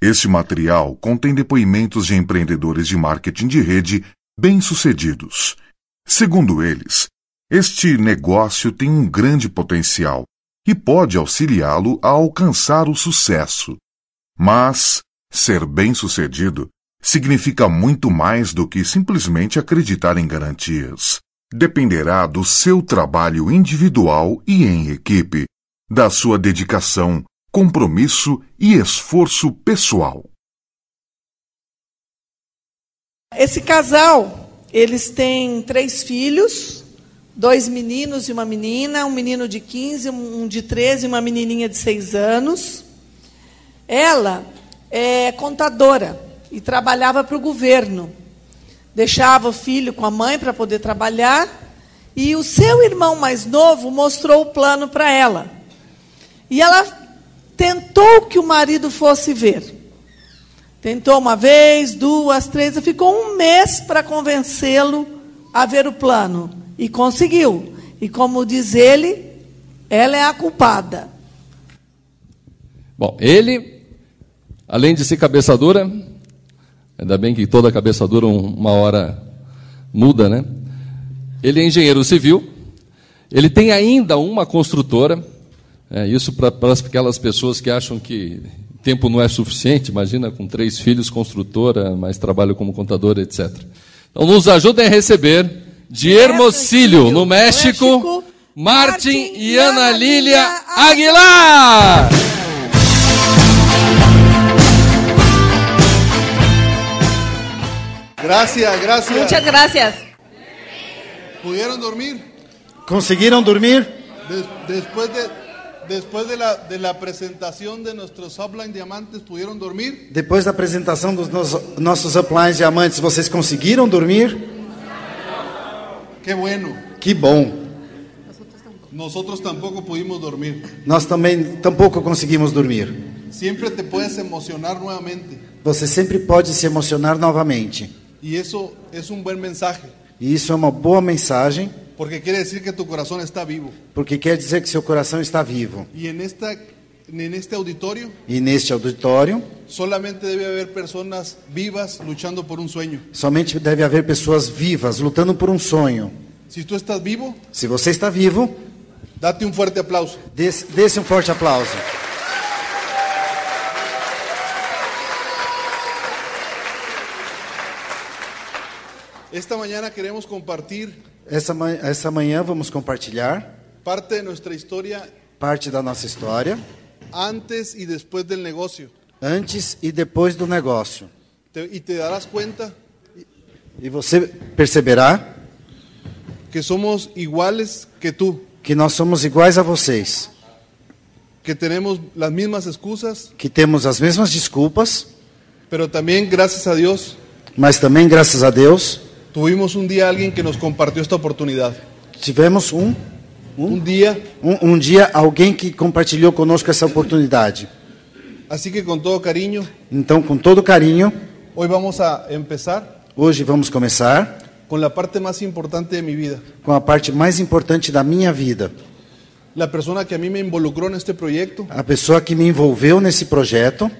Este material contém depoimentos de empreendedores de marketing de rede bem-sucedidos. Segundo eles, este negócio tem um grande potencial e pode auxiliá-lo a alcançar o sucesso. Mas ser bem-sucedido significa muito mais do que simplesmente acreditar em garantias. Dependerá do seu trabalho individual e em equipe, da sua dedicação, compromisso e esforço pessoal. Esse casal, eles têm três filhos, dois meninos e uma menina, um menino de 15, um de 13 e uma menininha de 6 anos. Ela é contadora e trabalhava para o governo. Deixava o filho com a mãe para poder trabalhar e o seu irmão mais novo mostrou o plano para ela. E ela tentou que o marido fosse ver. Tentou uma vez, duas, três, ficou um mês para convencê-lo a ver o plano. E conseguiu. E como diz ele, ela é a culpada. Bom, ele, além de ser cabeça dura, ainda bem que toda cabeça dura um- uma hora muda, né? Ele é engenheiro civil, ele tem ainda uma construtora, é, isso para aquelas pessoas que acham que tempo não é suficiente, imagina com três filhos, construtora, mais trabalho como contadora, etc. Então nos ajudem a receber de Hermosillo, no México, México, Martin Martin e Ana Lília Aguilar. Aguilar! Gracias, gracias. Muchas gracias. ¿Pudieron dormir? ¿Consiguieron dormir? De- después de, después de, la, de la presentación de nuestros Upline Diamantes, ¿pudieron dormir? Depois da apresentação dos nos- nossos uplines diamantes, vocês conseguiram dormir? Qué bueno. Que bom! Nosotros tampoco pudimos dormir. Nós também tampouco conseguimos dormir. Siempre te puedes emocionar nuevamente. Você sempre pode se emocionar novamente. Y eso es un buen mensaje, E isso é uma boa mensagem, porque quiere decir que tu corazón está vivo. porque quer dizer que seu coração está vivo. Y en, esta, en este auditorio E neste auditório, solamente debe haber personas vivas luchando por un sueño. somente deve haver pessoas vivas lutando por um sonho. Si tú estás vivo, Se você está vivo, date un fuerte aplauso. des- desse um forte aplauso. Esta mañana queremos compartir Essa, ma- essa manhã vamos compartilhar parte de nuestra historia parte da nossa história, antes y después del negocio. antes e depois do negócio. Te- y te darás cuenta E você perceberá que somos iguales que tú, que nós somos iguais a vocês, que tenemos las mismas excusas, que temos as mesmas desculpas, pero también gracias a Dios mas também, graças a Deus, tuvimos un día alguien que nos compartió esta oportunidad. tivemos um, Un día, um, um dia alguém que compartilhou conosco essa oportunidade. así que con todo cariño, Então, com todo carinho, hoy vamos a empezar hoje vamos começar con la parte más importante de mi vida. com a parte mais importante da minha vida. La persona que a mí me involucró en este proyecto, A pessoa que me envolveu nesse projeto,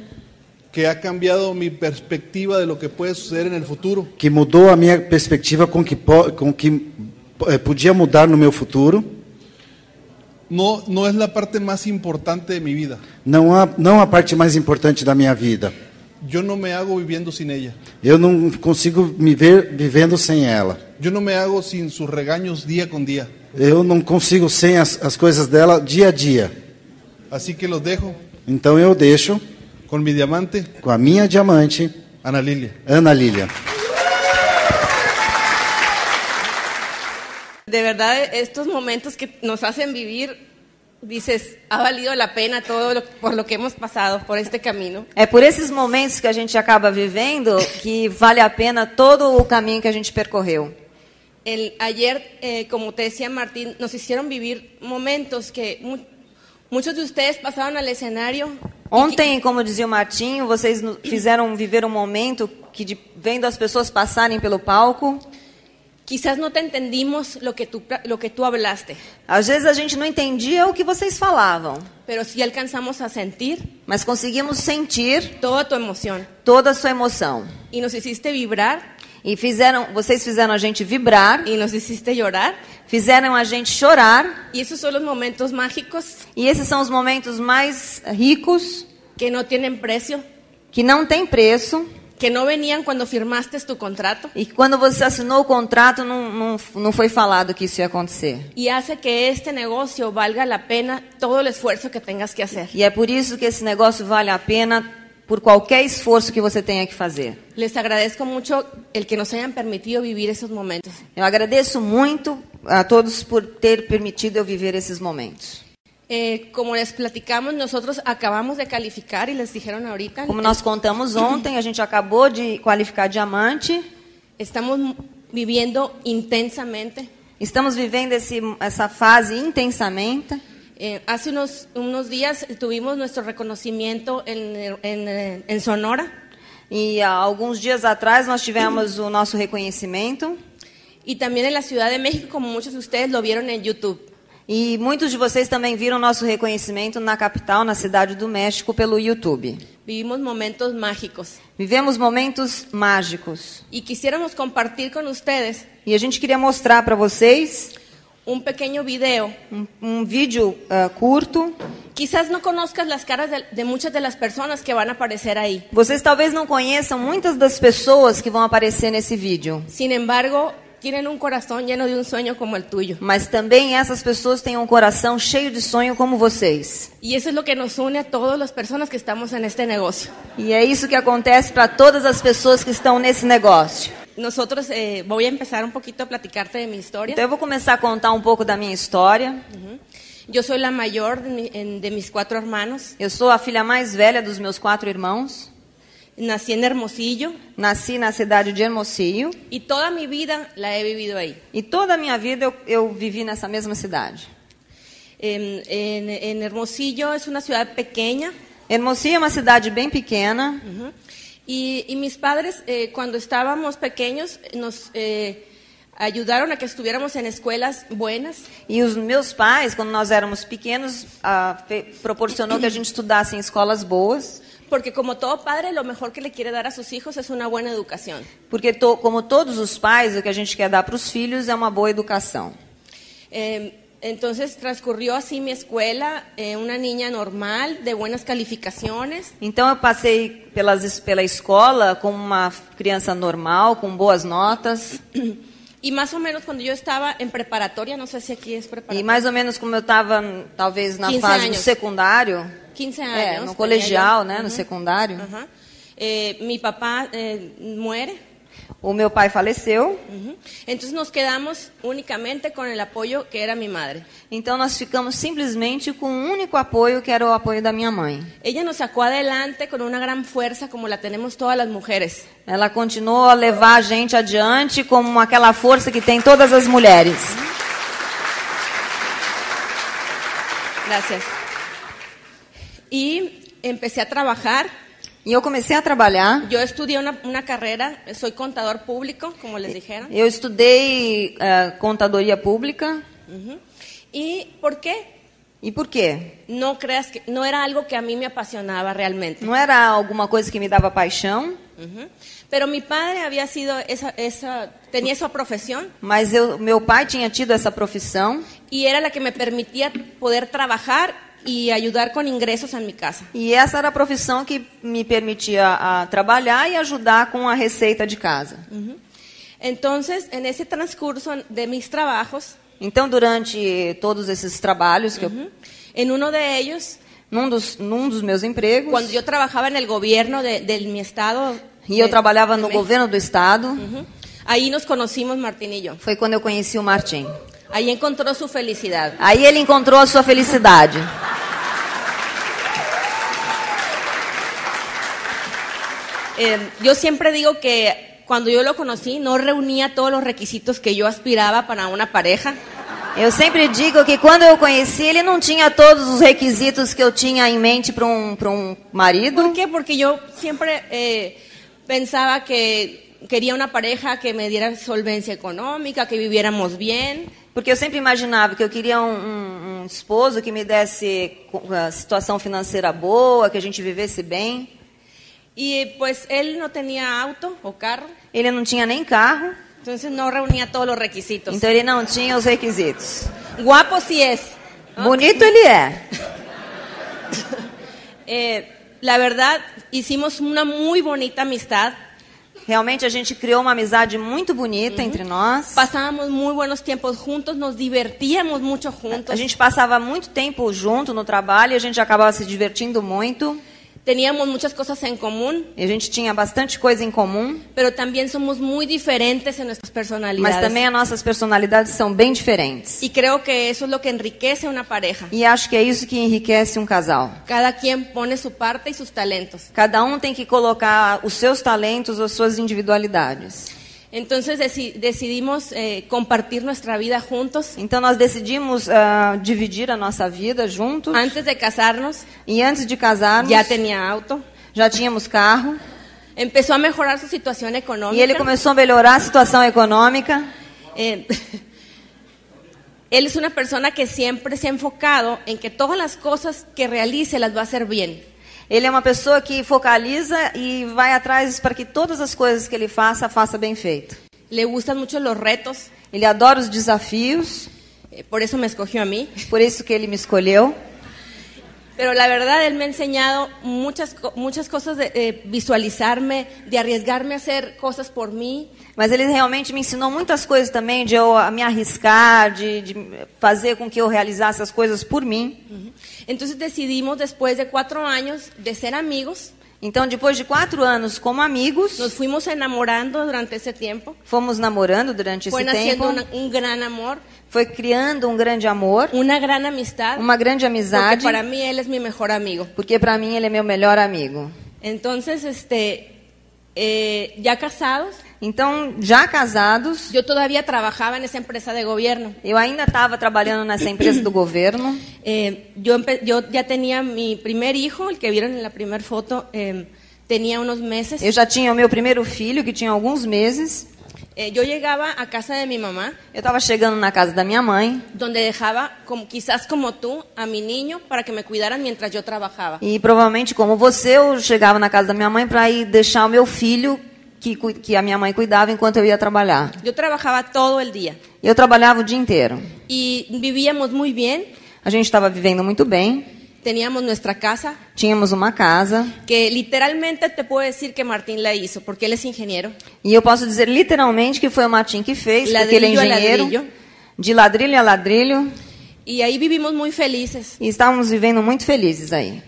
que ha cambiado mi perspectiva de lo que puede suceder en el futuro, que mudou a minha perspectiva com que po- com que eh, podia mudar no meu futuro. no, no es la parte más importante de mi vida. Não a, não a parte mais importante da minha vida. Yo no me hago viviendo sin ella. Eu não consigo me ver vivendo sem ela. Yo no me hago sin sus regaños día con día. Eu não consigo sem as, as coisas dela dia a dia. Así que los dejo Então eu deixo con mi diamante, com a minha diamante, Ana Lilia. Ana Lília. De verdad, estos momentos que nos hacen vivir, dices, ha valido la pena todo lo- por lo que hemos pasado, por este camino. É por esses momentos que a gente acaba vivendo que vale a pena todo o caminho que a gente percorreu. El, ayer, eh, como te decía Martín, nos hicieron vivir momentos que mu- muchos de ustedes pasaron al escenario. y que- Ontem, como dizia o Martinho, vocês no- fizeram viver um momento que de, vendo as pessoas passarem pelo palco, que, quizás no te entendimos lo que tú, pra- lo que tú hablaste, Às vezes a gente não entendia o que vocês falavam, pero sí alcanzamos a sentir mas conseguimos sentir toda tu emoción toda a sua emoção. y nos hiciste vibrar E fizeram, vocês fizeram a gente vibrar, y nos hiciste llorar. fizeram a gente chorar, Y esos son los momentos mágicos e esses são os momentos mais ricos, que no tienen precio, que não tem preço, que no venían cuando firmaste tu contrato e que quando você assinou o contrato não, não, não foi falado que isso ia acontecer. y hace que este negocio valga la pena todo el esfuerzo que tengas que hacer. E é por isso que esse negócio vale a pena por qualquer esforço que você tenha que fazer. Les agradezco mucho el que nos hayan permitido vivir esos momentos. Eu agradeço muito a todos por ter permitido eu viver esses momentos. Eh, como les platicamos, nosotros acabamos de calificar y les dijeron ahorita, Como nós contamos ontem, a gente acabou de qualificar diamante. estamos viviendo intensamente. Estamos vivendo esse, essa fase intensamente. Eh, hace unos, unos días tuvimos nuestro reconocimiento en, en, eh, en Sonora E há alguns dias atrás nós tivemos o nosso reconhecimento. y también en la Ciudad de México, como muchos de ustedes lo vieron en YouTube. E muitos de vocês também viram nosso reconhecimento na capital, na cidade do México, pelo YouTube. Vivimos momentos mágicos Vivemos momentos mágicos. y quisiéramos compartir con ustedes E a gente queria mostrar para vocês un pequeño video. um, um vídeo ah, curto. Quizás no conozcas las caras de, de muchas de las personas que van a aparecer ahí. Vocês talvez não conheçam muitas das pessoas que vão aparecer nesse vídeo, Sin embargo, tienen un corazón lleno de un sueño como el tuyo. mas também essas pessoas têm um coração cheio de sonho como vocês. Y eso es lo que nos une a todas las personas que estamos en este negocio. E é isso que acontece para todas as pessoas que estão nesse negócio. Nosotros, eh, voy a empezar un poquito a platicarte de mi historia. Então eu vou começar a contar um pouco da minha história. Yo soy la mayor de, mi- en- de mis cuatro hermanos. Eu sou a filha mais velha dos meus quatro irmãos. Nací en Hermosillo Nasci na cidade de Hermosillo y toda mi vida la he vivido ahí. e toda a minha vida eu, eu vivi nessa mesma cidade. En, Em, en- en Hermosillo es una ciudad pequeña Hermosillo é uma cidade bem pequena ujú, y, y mis padres eh, cuando estábamos pequeños nos eh, ayudaron a que estuviéramos en escuelas buenas E os meus pais, quando nós éramos pequenos, ah, fe- proporcionou que a gente estudasse em escolas boas, Porque como todo padre, lo mejor que le quiere dar a sus hijos es una buena educação. porque to- como todos os pais, o que a gente quer dar para os filhos é uma boa educação. Eh, entonces transcurrió así mi escuela, eh, una niña normal, de buenas calificaciones, Então eu passei pelas es- pela escola como uma criança normal, com boas notas, y más o menos cuando yo estaba en preparatoria, no sé si aquí es e preparatoria, mais ou menos como eu estava talvez na 15 fase do anos. secundário, 15 años. é, no tenía colegial, yo. né, no Ujú, secundário, ajá. Eh, mi papá eh, muere, o meu pai faleceu, ujú. entonces nos quedamos únicamente con el apoyo que era mi madre. então nós ficamos simplesmente com um único apoio, que era o apoio da minha mãe. Ella nos sacó adelante con una gran fuerza como la tenemos todas las mujeres. Ela continuou a levar a gente adiante como aquela força que tem todas as mulheres. Gracias. Y empecé a trabajar. E eu comecei a trabalhar. Yo estudié una, una carrera, soy contador público, como les dijeron. Eu estudei eh, contadoria pública. Ujú. ¿Y por qué? E por quê? No creas que no era algo que a mí me apasionaba realmente. Não era alguma coisa que me dava paixão, Ujú. Pero mi padre había sido esa, essa- tenía esa profesión mas eu, meu pai tinha tido essa profissão y era la que me permitía poder trabajar e ayudar con ingresos en mi casa. e essa era a profissão que me permitia ah, trabalhar e ajudar com a receita de casa. Entonces, en ese transcurso de mis trabajos, Então, durante todos esses trabalhos que eu, en uno de ellos num dos num dos meus empregos, Cuando yo trabajaba en el gobierno de, de mi estado. E eu de- trabalhava de no México. governo do estado. Ujú. Ahí nos conocimos Martín y yo. Foi quando eu conheci o Martim. Ahí encontró su felicidad. Aí ele encontrou a sua felicidade. Eh, yo siempre digo que cuando yo lo conocí no reunía todos los requisitos que yo aspiraba para una pareja. Eu sempre digo que quando eu conheci, ele não tinha todos os requisitos que eu tinha em mente para um, pra um marido. ¿Por qué? Porque yo siempre eh, pensaba que quería una pareja que me diera solvencia económica, que viviéramos bien. Porque eu sempre imaginava que eu queria um, um- um esposo que me desse co- ah, situação financeira boa, que a gente vivesse bem. Y pues él no tenía auto o carro, Ele não tinha nem carro, entonces no reunía todos los requisitos. então ele não tinha os requisitos. Guapo sí es. ¿no? Bonito ele é. Eh, la verdad, hicimos una muy bonita amistad. Realmente a gente criou uma amizade muito bonita entre nós. Pasábamos muy buenos tiempos juntos, nos divertíamos mucho A juntos. gente passava muito tempo junto no trabalho, e a gente acabava se divertindo muito. Teníamos muchas cosas en común, E a gente tinha bastante coisa em comum, pero también somos muy diferentes en nuestras mas personalidades. também as nossas personalidades são bem diferentes. Y creo que eso es lo que enriquece a una pareja. E acho que é isso que enriquece um casal. Cada quien pone su parte y sus talentos. Cada um tem que colocar os seus talentos, as suas individualidades. Entonces deci- decidimos eh, compartir nuestra vida juntos Então nós decidimos ah, dividir a nossa vida juntos. antes de casarnos. E antes de casarmos, Ya tenía auto. já tínhamos carro. Empezó a mejorar su situación económica. E ele começou a melhorar a situação econômica. Eh, él es una persona que siempre se ha enfocado en que todas las cosas que realice las va a hacer bien. Ele é uma pessoa que focaliza e vai atrás para que todas as coisas que ele faça, faça bem feito. Le gustan mucho los retos, Ele adora os desafios, eh, por eso me escogió a mí. por isso que ele me escolheu. Pero la verdad, él me ha enseñado muchas, co- muchas cosas de eh, visualizarme, de arriesgarme a hacer cosas por mí. Mas ele realmente me ensinou muitas coisas também, de eu me arriscar, de, de fazer com que eu realizasse as coisas por mim. Entonces decidimos, después de cuatro años de ser amigos, Então, depois de quatro anos como nos amigos, fuimos enamorando durante ese tiempo. fomos namorando durante Fue esse tempo, naciendo una- un gran amor, foi criando um grande amor, una gran amistad. uma grande Porque amizade, para mí él es mi mejor amigo. porque para mim ele é meu melhor amigo. Entonces, este, eh, ya casados, Então, já casados, yo todavía trabajaba en esa empresa de gobierno. Eu ainda estava trabalhando nessa empresa do governo. Eh, yo, empe- yo ya tenía mi primer hijo, el que vieron en la primera foto, eh, tenía unos meses. Eu já tinha o meu primeiro filho, que tinha alguns meses. Eh, yo llegaba a casa de mi mamá, Eu estava chegando na casa da minha mãe donde dejaba, como, quizás como tú, a mi niño para que me cuidaran mientras yo trabajaba. e provavelmente, como você, eu chegava na casa da minha mãe para ir deixar o meu filho, que, cui- que a minha mãe cuidava, enquanto eu ia trabalhar. Yo trabajaba todo el día Eu trabalhava o dia inteiro. y vivíamos muy bien, A gente estava vivendo muito bem, teníamos nuestra casa, tínhamos uma casa. que literalmente te puedo decir que Martín la hizo, porque él es ingeniero. E eu posso dizer literalmente que foi o Martim que fez, porque ele é Ladrilho a engenheiro. ladrilho. De ladrilho a ladrilho. Y ahí vivimos muy felices, E estávamos vivendo muito felizes aí.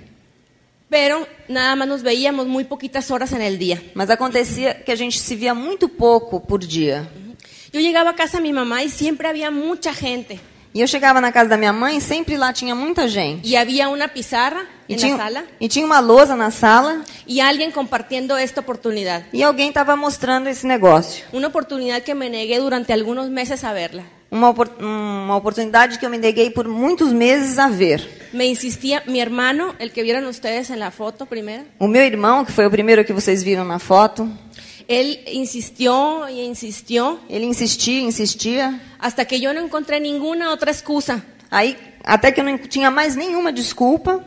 pero nada más nos veíamos muy poquitas horas en el día. Mas acontecia que a gente se via muito pouco por dia. Yo llegaba a casa de mi mamá y siempre había mucha gente. E eu chegava na casa da minha mãe, sempre lá tinha muita gente. Y había uma pizarra E en tinha, um la sala e tinha uma lousa na sala y alguien compartiendo esta oportunidad. e alguém estava mostrando esse negócio. Una oportunidad que me negué durante algunos meses a verla. Uma, opor- uma oportunidade que eu me neguei por muitos meses a ver. Me insistía mi hermano, el que vieron ustedes en la foto primera. O meu irmão, que foi o primeiro que vocês viram na foto, Él insistió y insistió ele insistia, insistia. hasta que yo no encontré ninguna otra excusa Aí, até que eu não tinha mais nenhuma desculpa.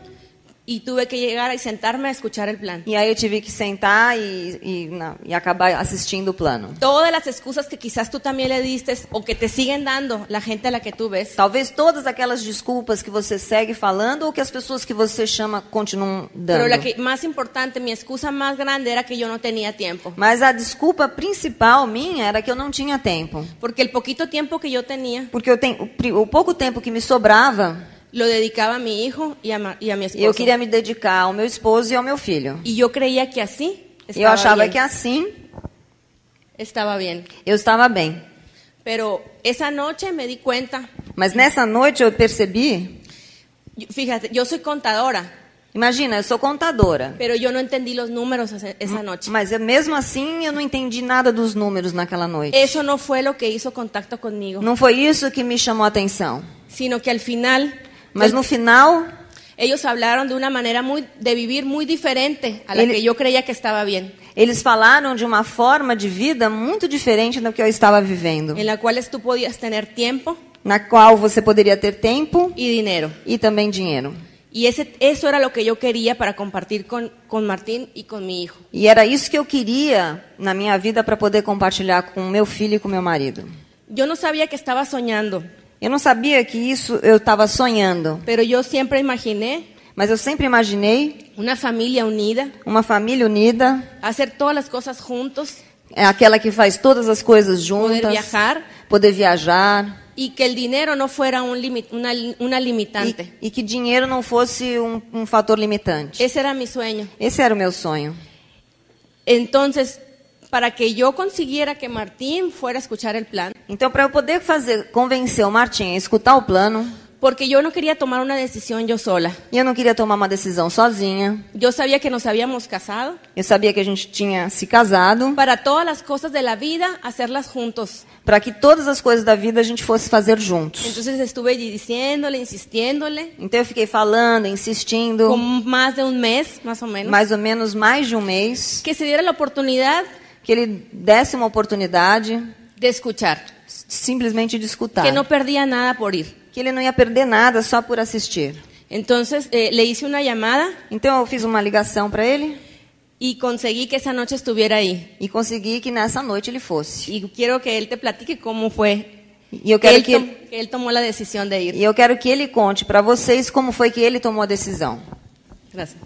y tuve que llegar y sentarme a escuchar el plan. E aí eu tive que sentar e, e, na- e acabar assistindo o plano. Todas las excusas que quizás tú también le diste o que te siguen dando la gente a la que tú ves. Talvez todas aquelas desculpas que você segue falando ou que as pessoas que você chama continuam dando. Pero la que más importante, mi excusa más grande era que yo no tenía tiempo. Mas a desculpa principal minha era que eu não tinha tempo. Porque el poquito tiempo que yo tenía Porque eu tenho, o pri- o pouco tempo que me sobrava, lo dedicaba a mi hijo y a, ma- y a mi esposo. eu queria me dedicar ao meu esposo e ao meu filho. Y yo creía que así E estaba, eu achava bien. que assim estaba bien. eu estava bem. Pero esa noche me di cuenta, Mas nessa noite eu percebi, yo- fíjate, yo soy contadora, imagina, eu sou contadora. pero yo no entendí los números esa- Mm. essa noche. Mas eu, mesmo assim eu não entendi nada dos números naquela noite. Eso no fue lo que hizo contacto conmigo, Não foi isso que me chamou a atenção. sino que al final Mas no final, ellos hablaron de una manera muy de vivir muy diferente a la Él- que yo creía que estaba bien. eles falaram de uma forma de vida muito diferente do que eu estava vivendo, en la cual tú podías tener tiempo na qual você poderia ter tempo y dinero. e também dinheiro. Y ese, eso era lo que yo quería para compartir con, con Martín y con mi hijo. E era isso que eu queria na minha vida para poder compartilhar com meu filho e com meu marido. Yo no sabía que estaba soñando, Eu não sabia que isso eu estava sonhando, pero yo siempre imaginé mas eu sempre imaginei una familia unida, uma família unida, hacer todas las cosas juntos, é aquela que faz todas as coisas juntas, poder viajar poder viajar, y que el dinero no fuera un limi- una, li- una limitante. e, e que dinheiro não fosse um, um fator limitante. Ese era mi sueño. Esse era o meu sonho. Entonces, para que yo consiguiera que Martín fuera a escuchar el plan, Então, para eu poder fazer convencer o Martim a escutar o plano, porque yo no queria tomar uma decisión yo sola. e eu não queria tomar uma decisão sozinha. Yo sabía que nos habíamos casado Eu sabia que a gente tinha se casado para todas las cosas de la vida hacerlas juntos. para que todas as coisas da vida a gente fosse fazer juntos. Entonces estuve diciéndole, insistiéndole, Então eu fiquei falando, insistindo, con más de un mes, más o menos, mais ou menos mais de um mês, que se diera la oportunidad que ele desse uma oportunidade de escuchar, s- simplesmente de escutar, que no perdía nada por ir. que ele não ia perder nada só por assistir. Entonces eh, le hice una llamada Então eu fiz uma ligação para ele y conseguí que esa noche estuviera ahí. e consegui que nessa noite ele fosse. Y quiero que él te platique cómo fue E eu que quero él, que ele, tom- que él tomó la decisión de e ir. eu quero que ele conte para vocês como foi que ele tomou a decisão. Gracias.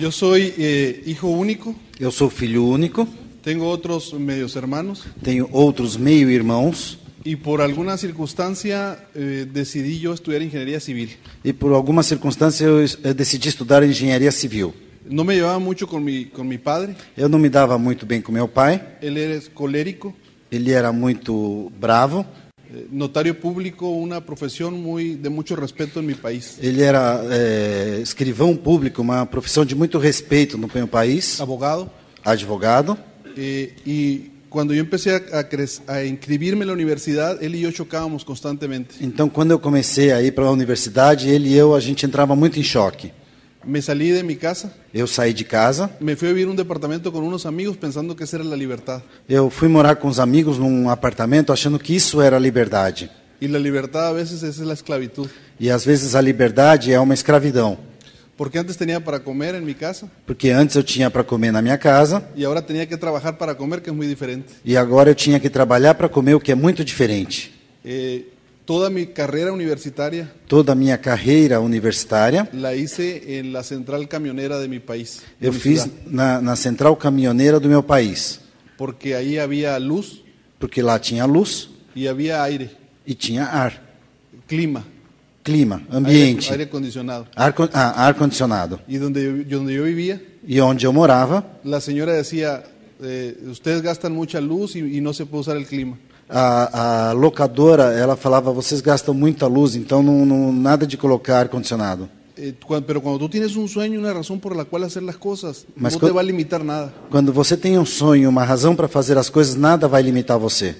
Yo soy eh, hijo único, Eu sou filho único, tengo otros medios hermanos tenho outros meio-irmãos y por alguna circunstancia eh, decidí yo estudiar ingeniería civil. e por alguma circunstância eu es- eu decidi estudar engenharia civil. No me llevaba mucho con mi, con mi padre, Eu não me dava muito bem com meu pai, él era colérico, ele era muito bravo, eh, notario público, una profesión muy de mucho respeto en mi país, ele era eh, escrivão público, uma profissão de muito respeito no meu país, abogado. advogado. Eh, y cuando yo empecé a, a cre- a inscribirme en la universidad, él y yo chocábamos constantemente. Então, quando eu comecei a ir para a universidade, ele e eu, a gente entrava muito em choque. Me salí de mi casa, Eu saí de casa, me fui a vivir a un departamento con unos amigos pensando que esa era la libertad. eu fui morar com os amigos num apartamento, achando que isso era liberdade. Y la libertad a veces es la esclavitud. E às vezes a liberdade é uma escravidão, Porque antes tenía para comer en mi casa porque antes eu tinha para comer na minha casa y ahora tenía que trabajar para comer, que es muy diferente. e agora eu tinha que trabalhar para comer, o que é muito diferente. Eh, toda mi carrera universitaria Toda a minha carreira universitária la hice en la central camionera de mi país. de eu mi fiz ciudad, na, na central caminhoneira do meu país, porque ahí había luz porque lá tinha luz y había aire, e tinha ar, clima, clima, aire, ambiente, aire acondicionado. ar, con- ah, ar condicionado. Y donde yo, yo- donde yo vivía, E onde eu morava, la señora decía, eh, ustedes gastan mucha luz y, y no se puede usar el clima. a, a locadora ela falava: vocês gastam muita luz, então não, não- nada de colocar ar condicionado. Eh, cuan- pero cuando tú tienes un sueño y una razón por la cual hacer las cosas, Mas no cu- te va a limitar nada. Quando você tem um sonho, uma razão para fazer as coisas, nada vai limitar você.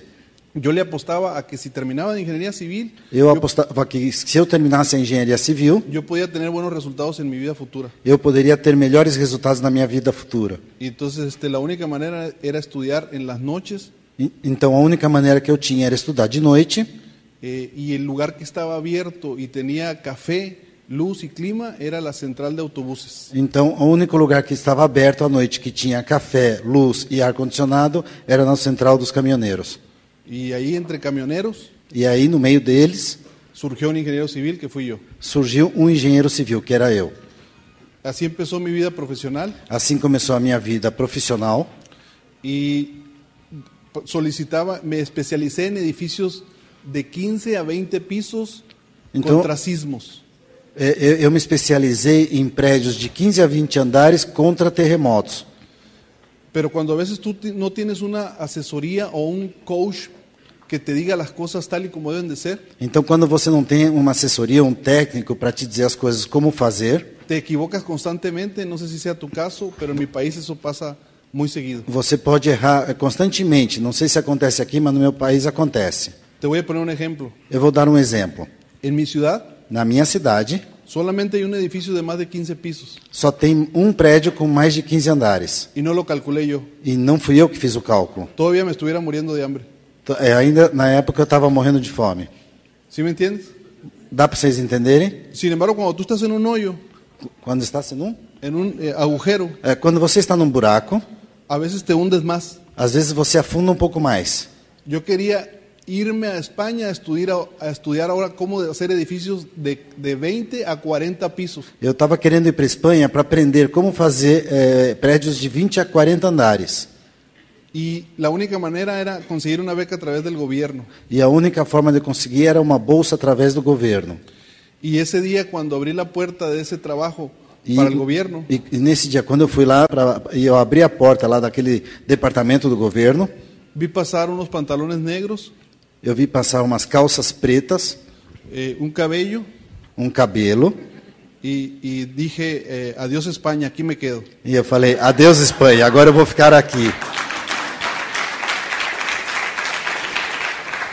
Yo le apostaba a que si terminaba de ingeniería civil, Eu apostava que se eu terminasse a engenharia civil, yo podía tener buenos resultados en mi vida futura. eu poderia ter melhores resultados na minha vida futura. Y entonces este, la única manera era estudiar en las noches E- Então a única maneira que eu tinha era estudar de noite eh, y el lugar que estaba abierto y tenía café, luz y clima era la central de autobuses. Então, o único lugar que estava aberto à noite que tinha café, luz e ar condicionado era na central dos caminhoneiros. Y ahí entre camioneros E aí, no meio deles, surgió un ingeniero civil que fui yo. surgiu um engenheiro civil, que era eu. Así empezó mi vida profesional Assim começou a minha vida profissional. y p- solicitaba, me especialicé en edificios de 15 a 20 pisos Entonces- contra sismos. É, Eu eu me especializei em prédios de 15 a 20 andares contra terremotos. Pero cuando a veces tú ti- no tienes una asesoría o un coach que te diga las cosas tal y como deben de ser, Então, quando você não tem uma assessoria, um técnico para te dizer as coisas como fazer, te equivocas constantemente, no sé si sea tu caso, pero en mi país eso pasa muy seguido. você pode errar eh, constantemente. Não sei se acontece aqui, mas no meu país acontece. Te voy a poner un ejemplo. Eu vou dar um exemplo. En mi ciudad Na minha cidade, Solamente hay un edificio de más de 15 pisos Só tem um prédio com mais de 15 andares. y no lo calculé yo. E não fui eu que fiz o cálculo. Todavía me estuviera muriendo de hambre. T- é, ainda na época eu estava morrendo de fome. ¿Sí me entiendes? Dá para vocês entenderem? Sin embargo, cuando tú estás en un hoyo, Quando está sendo um? en un eh, agujero, É, quando você está num buraco, a veces te hundes más. às vezes você afunda um pouco mais. Yo quería irme a España a estudiar, a estudiar ahora cómo hacer edificios de, de 20 a 40 pisos. Eu estava querendo ir para Espanha para aprender como fazer é, prédios de 20 a 40 andares. Y la única manera era conseguir una beca a través del gobierno. E a única forma de conseguir era uma bolsa através do governo. Y ese día, cuando abrí la puerta de esse trabajo E, para el gobierno, e- e nesse dia, quando eu fui lá pra, e eu abri a porta lá daquele departamento do governo, vi pasar unos pantalones negros, eu vi passar umas calças pretas, eh, un cabello, um cabelo, y, y dije, eh, adiós España, aquí me quedo. e eu falei: Adeus, Espanha, agora eu vou ficar aqui.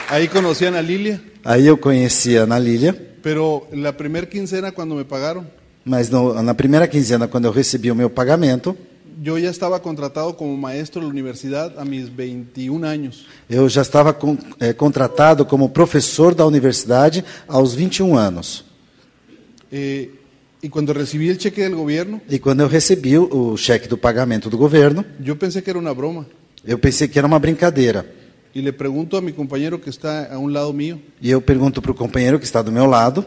Ahí conocí a Ana Lilia, Aí eu conheci a Ana Lília, pero en la primer quincena cuando me pagaron, mas no, na primeira quinzena, quando eu recebi o meu pagamento, yo ya estaba contratado como maestro de la universidad a mis 21 años. eu já estava con, eh, contratado como professor da universidade aos 21 anos. Eh, y cuando recibí el cheque del gobierno, E quando eu recebi o, o cheque do pagamento do governo, yo pensé que era una broma. eu pensei que era uma brincadeira. Y le pregunto a mi compañero que está a un lado mío, E eu pergunto para o companheiro que está do meu lado,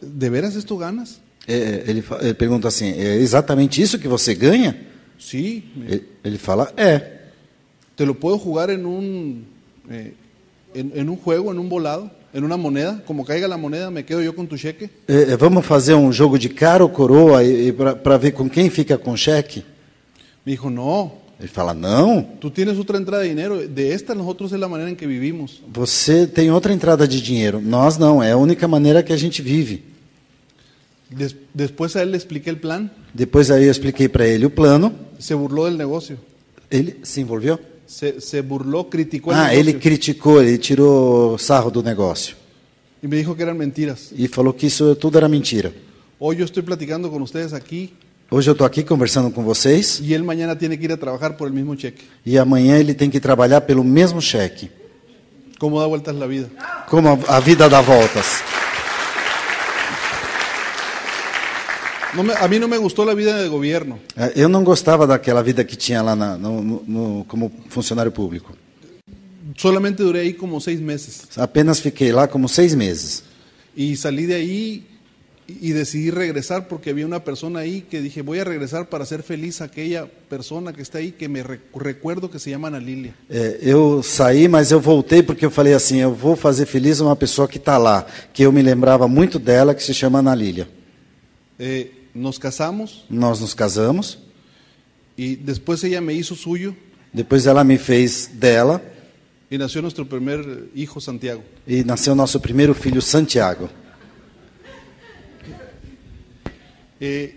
¿de veras esto ganas? é, é, ele, fa- ele pergunta assim, é exatamente isso que você ganha? Sí, me- Ele, ele fala, é. te lo puedo jugar en un, eh, en, en un juego, en un volado, en una moneda. Como caiga la moneda, me quedo yo con tu cheque. É, é, vamos fazer um jogo de cara ou coroa e, e para ver com quem fica com o cheque? Me dijo, no, Ele fala, não, tú tienes otra entrada de dinero. De esta nosotros es la manera en que vivimos. você tem outra entrada de dinheiro. Nós não, é a única maneira que a gente vive. Des- después a él le expliqué el plan. Depois aí eu expliquei para ele o plano, Se burló del negocio. ele se envolveu. Se, se burló, criticó el Ah, negocio. ele criticou, ele tirou sarro do negócio Y me dijo que eran mentiras. e falou que isso tudo era mentira. Hoy yo estoy platicando con ustedes aquí Hoje eu estou aqui conversando com vocês y él mañana tiene que ir a trabajar por el mismo cheque. e amanhã ele tem que trabalhar pelo mesmo cheque. ¿Cómo da vueltas la vida? Como a, a vida dá voltas. No me- a mí no me gustó la vida de gobierno. É, Eu não gostava daquela vida que tinha lá na, no, no- no- como funcionário público. Solamente duré ahí como seis meses. Apenas fiquei lá como seis meses. Y salí de ahí y y decidí regresar porque había una persona ahí que dije, voy a regresar para ser feliz a aquella persona que está ahí que me re- recuerdo que se llama Ana Lilia. É, eu saí, mas eu voltei porque eu falei assim: eu vou fazer feliz uma pessoa que está lá, que eu me lembrava muito dela, que se chama Ana Lília. Eh, nos casamos Nós nos casamos, y después ella me hizo suyo depois ela me fez dela y nació nuestro primer hijo Santiago. e nasceu nosso primeiro filho, Santiago. Eh,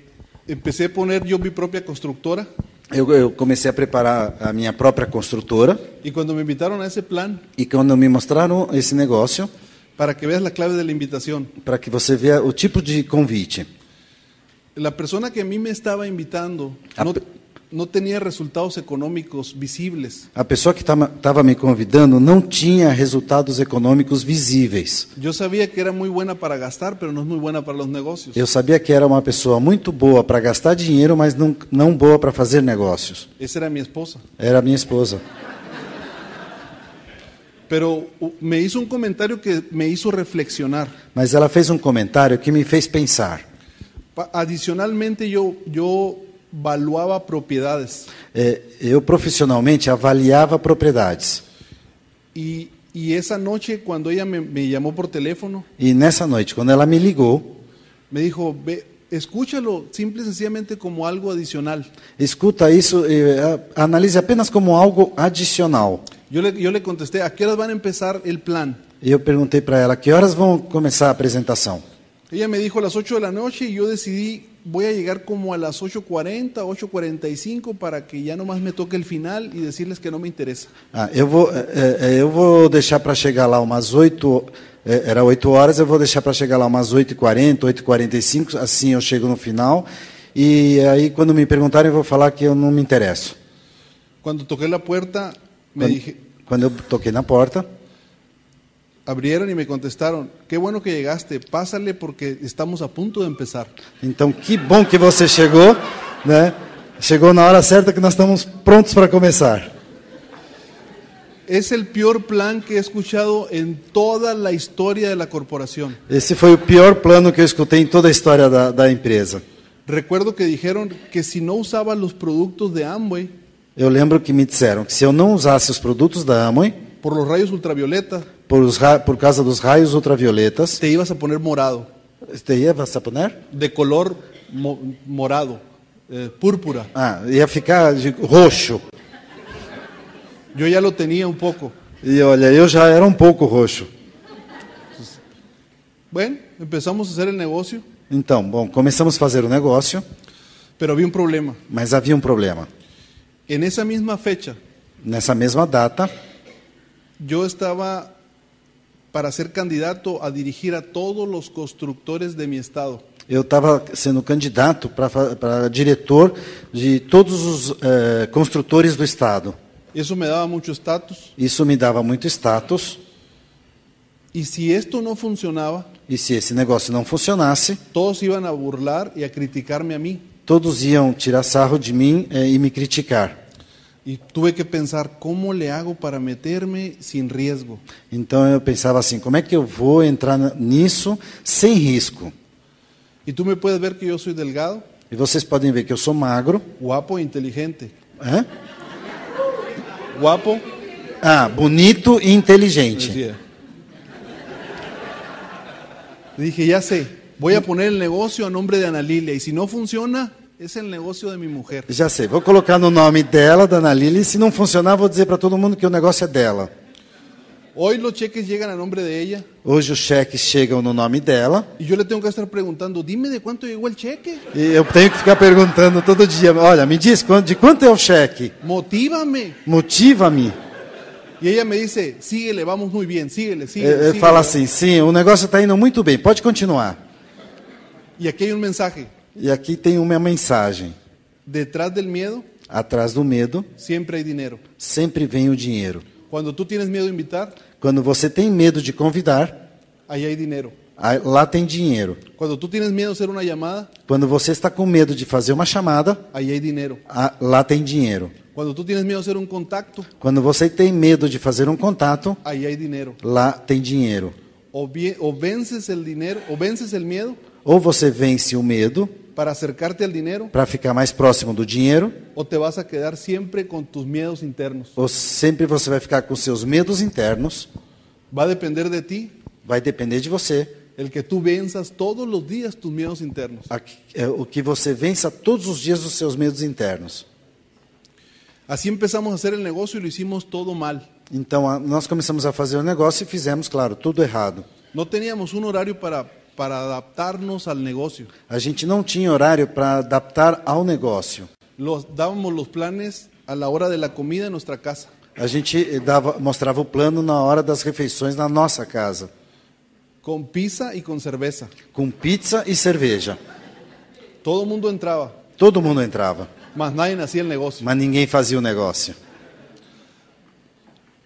empecé a poner yo mi propia constructora Eu, eu comecei a preparar a minha própria construtora y cuando me invitaron a esse plan, e quando me mostraram esse negócio, para que veas la clave de la invitación, para que você veja o tipo de convite, la persona que a mí me estaba invitando Ah, no, pe- no tenía resultados económicos visibles. a pessoa que estava me convidando não tinha resultados econômicos visíveis. Yo sabía que era muy buena para gastar, pero no es muy buena para los negocios. Eu sabia que era uma pessoa muito boa para gastar dinheiro, mas não, não boa para fazer negócios. Esa era mi esposa. Era a minha esposa. Pero u- me hizo un comentario que me hizo reflexionar. Mas ela fez um comentário que me fez pensar. Pa- Adicionalmente yo, yo valuaba propiedades É, eu profissionalmente avaliava propriedades. y, y esa noche cuando ella me, me llamó por teléfono, E nessa noite, quando ela me ligou, me dijo, Ve, escúchalo simple y sencillamente como algo adicional. escuta isso, eh, a- analise apenas como algo adicional. Yo le, yo le contesté, ¿a qué horas van a empezar el plan? E eu perguntei para ela que horas vão começar a apresentação. Ella me dijo a las 8 de la noche y yo decidí voy a llegar como a las 8.40, 8.45 para que ya nomás me toque el final e decirles que não me interessa. Ah, eu vou, é, é, eu vou deixar para chegar lá umas 8, é, era 8 horas, eu vou deixar para chegar lá umas 8h40, 8h45, assim eu chego no final. E aí, quando me perguntarem, eu vou falar que eu não me interesso. Cuando toqué la puerta, me Quando, dije, quando eu toquei na porta, abrieron y me contestaron, qué bueno que llegaste, pásale porque estamos a punto de empezar. então que bom que você chegou, né? Chegou na hora certa que nós estamos prontos para começar. Es el peor plan que he escuchado en toda la historia de la corporación. Esse foi o pior plano que eu escutei em toda a história da, da empresa. Recuerdo que dijeron que si no usaba los productos de Amway Eu lembro que me disseram que se eu não usasse os produtos da Amway, por los rayos ultravioleta, por, os ra- por causa dos raios ultravioletas, te ibas a poner morado, te ia saponar? de color mo- morado, eh, púrpura. Ah, ia ficar de roxo. Yo ya lo tenía un poco. E olha, eu já era um pouco roxo. Bueno, empezamos a hacer el negocio, Então, bom, começamos a fazer o negócio, pero había un problema. mas havia um problema. En esa misma fecha, Nessa mesma data, Yo estaba para ser candidato a dirigir a todos los constructores de mi estado. eu estava sendo candidato para diretor de todos os eh, construtores do Estado. Eso me daba mucho estatus. Isso me dava muito status, Y si esto no funcionaba, e se esse negócio não funcionasse, todos iban a burlar y a criticarme a mí. todos iam tirar sarro de mim eh, e me criticar. Y tuve que pensar, ¿cómo le hago para meterme sin riesgo? Então eu pensava assim: como é que eu vou entrar na- nisso sem risco? Y tú me puedes ver que yo soy delgado, E vocês podem ver que eu sou magro. guapo e inteligente. Hã? Guapo, Ah, bonito e inteligente. decía. Y dije, ya sé, voy a poner el negocio a nombre de Ana Lilia. Y si no funciona, es el negocio de mi mujer. Já sei, vou colocar no nome dela, da Ana Lili. e Se não funcionar, vou dizer para todo mundo que o negócio é dela. Hoy los cheques llegan a nombre de ella Hoje os cheques chegam no nome dela. y yo le tengo que estar preguntando, dime de cuánto llegó el cheque, E eu tenho que ficar perguntando todo dia: olha, me diz quan- de quanto é o cheque? motívame. Motiva-me. Y ella me dice, síguele, vamos muy bien, síguele, síguele. É, é, síguele". Eh, Fala assim: sim, o negócio está indo muito bem, pode continuar. Y aquí hay un mensaje, E aqui tem uma mensagem: detrás del miedo atrás do medo, siempre hay dinero. sempre vem o dinheiro. Cuando tú tienes miedo a invitar, Quando você tem medo de convidar, ahí hay dinero. aí- lá tem dinheiro. Cuando tú tienes miedo a hacer una llamada, Quando você está com medo de fazer uma chamada, ahí hay dinero. a- lá tem dinheiro. Cuando tú tienes miedo a hacer un contacto, Quando você tem medo de fazer um contato, ahí hay dinero. lá tem dinheiro. O, bien- o vences el dinero, o vences el miedo Ou você vence o medo para acercarte al dinero, para ficar mais próximo do dinheiro, o te vas a quedar siempre con tus miedos internos. ou sempre você vai ficar com seus medos internos. Va a depender de ti Vai depender de você. el que tú venzas todos los días tus miedos internos. a- é, o que você vença todos os dias os seus medos internos. Así empezamos a hacer el negocio y lo hicimos todo mal. Então, a- nós começamos a fazer o negócio e fizemos, claro, tudo errado. No teníamos un horario para, para adaptarnos al negocio. A gente não tinha horário para adaptar ao negócio. Los, dábamos los planes a la hora de la comida en nuestra casa. A gente eh, dava, mostrava o plano na hora das refeições na nossa casa, Con pizza y con cerveza. com pizza e cerveja. Todo el mundo entraba, Todo mundo entrava, mas nadie hacía el negocio. mas ninguém fazia o negócio.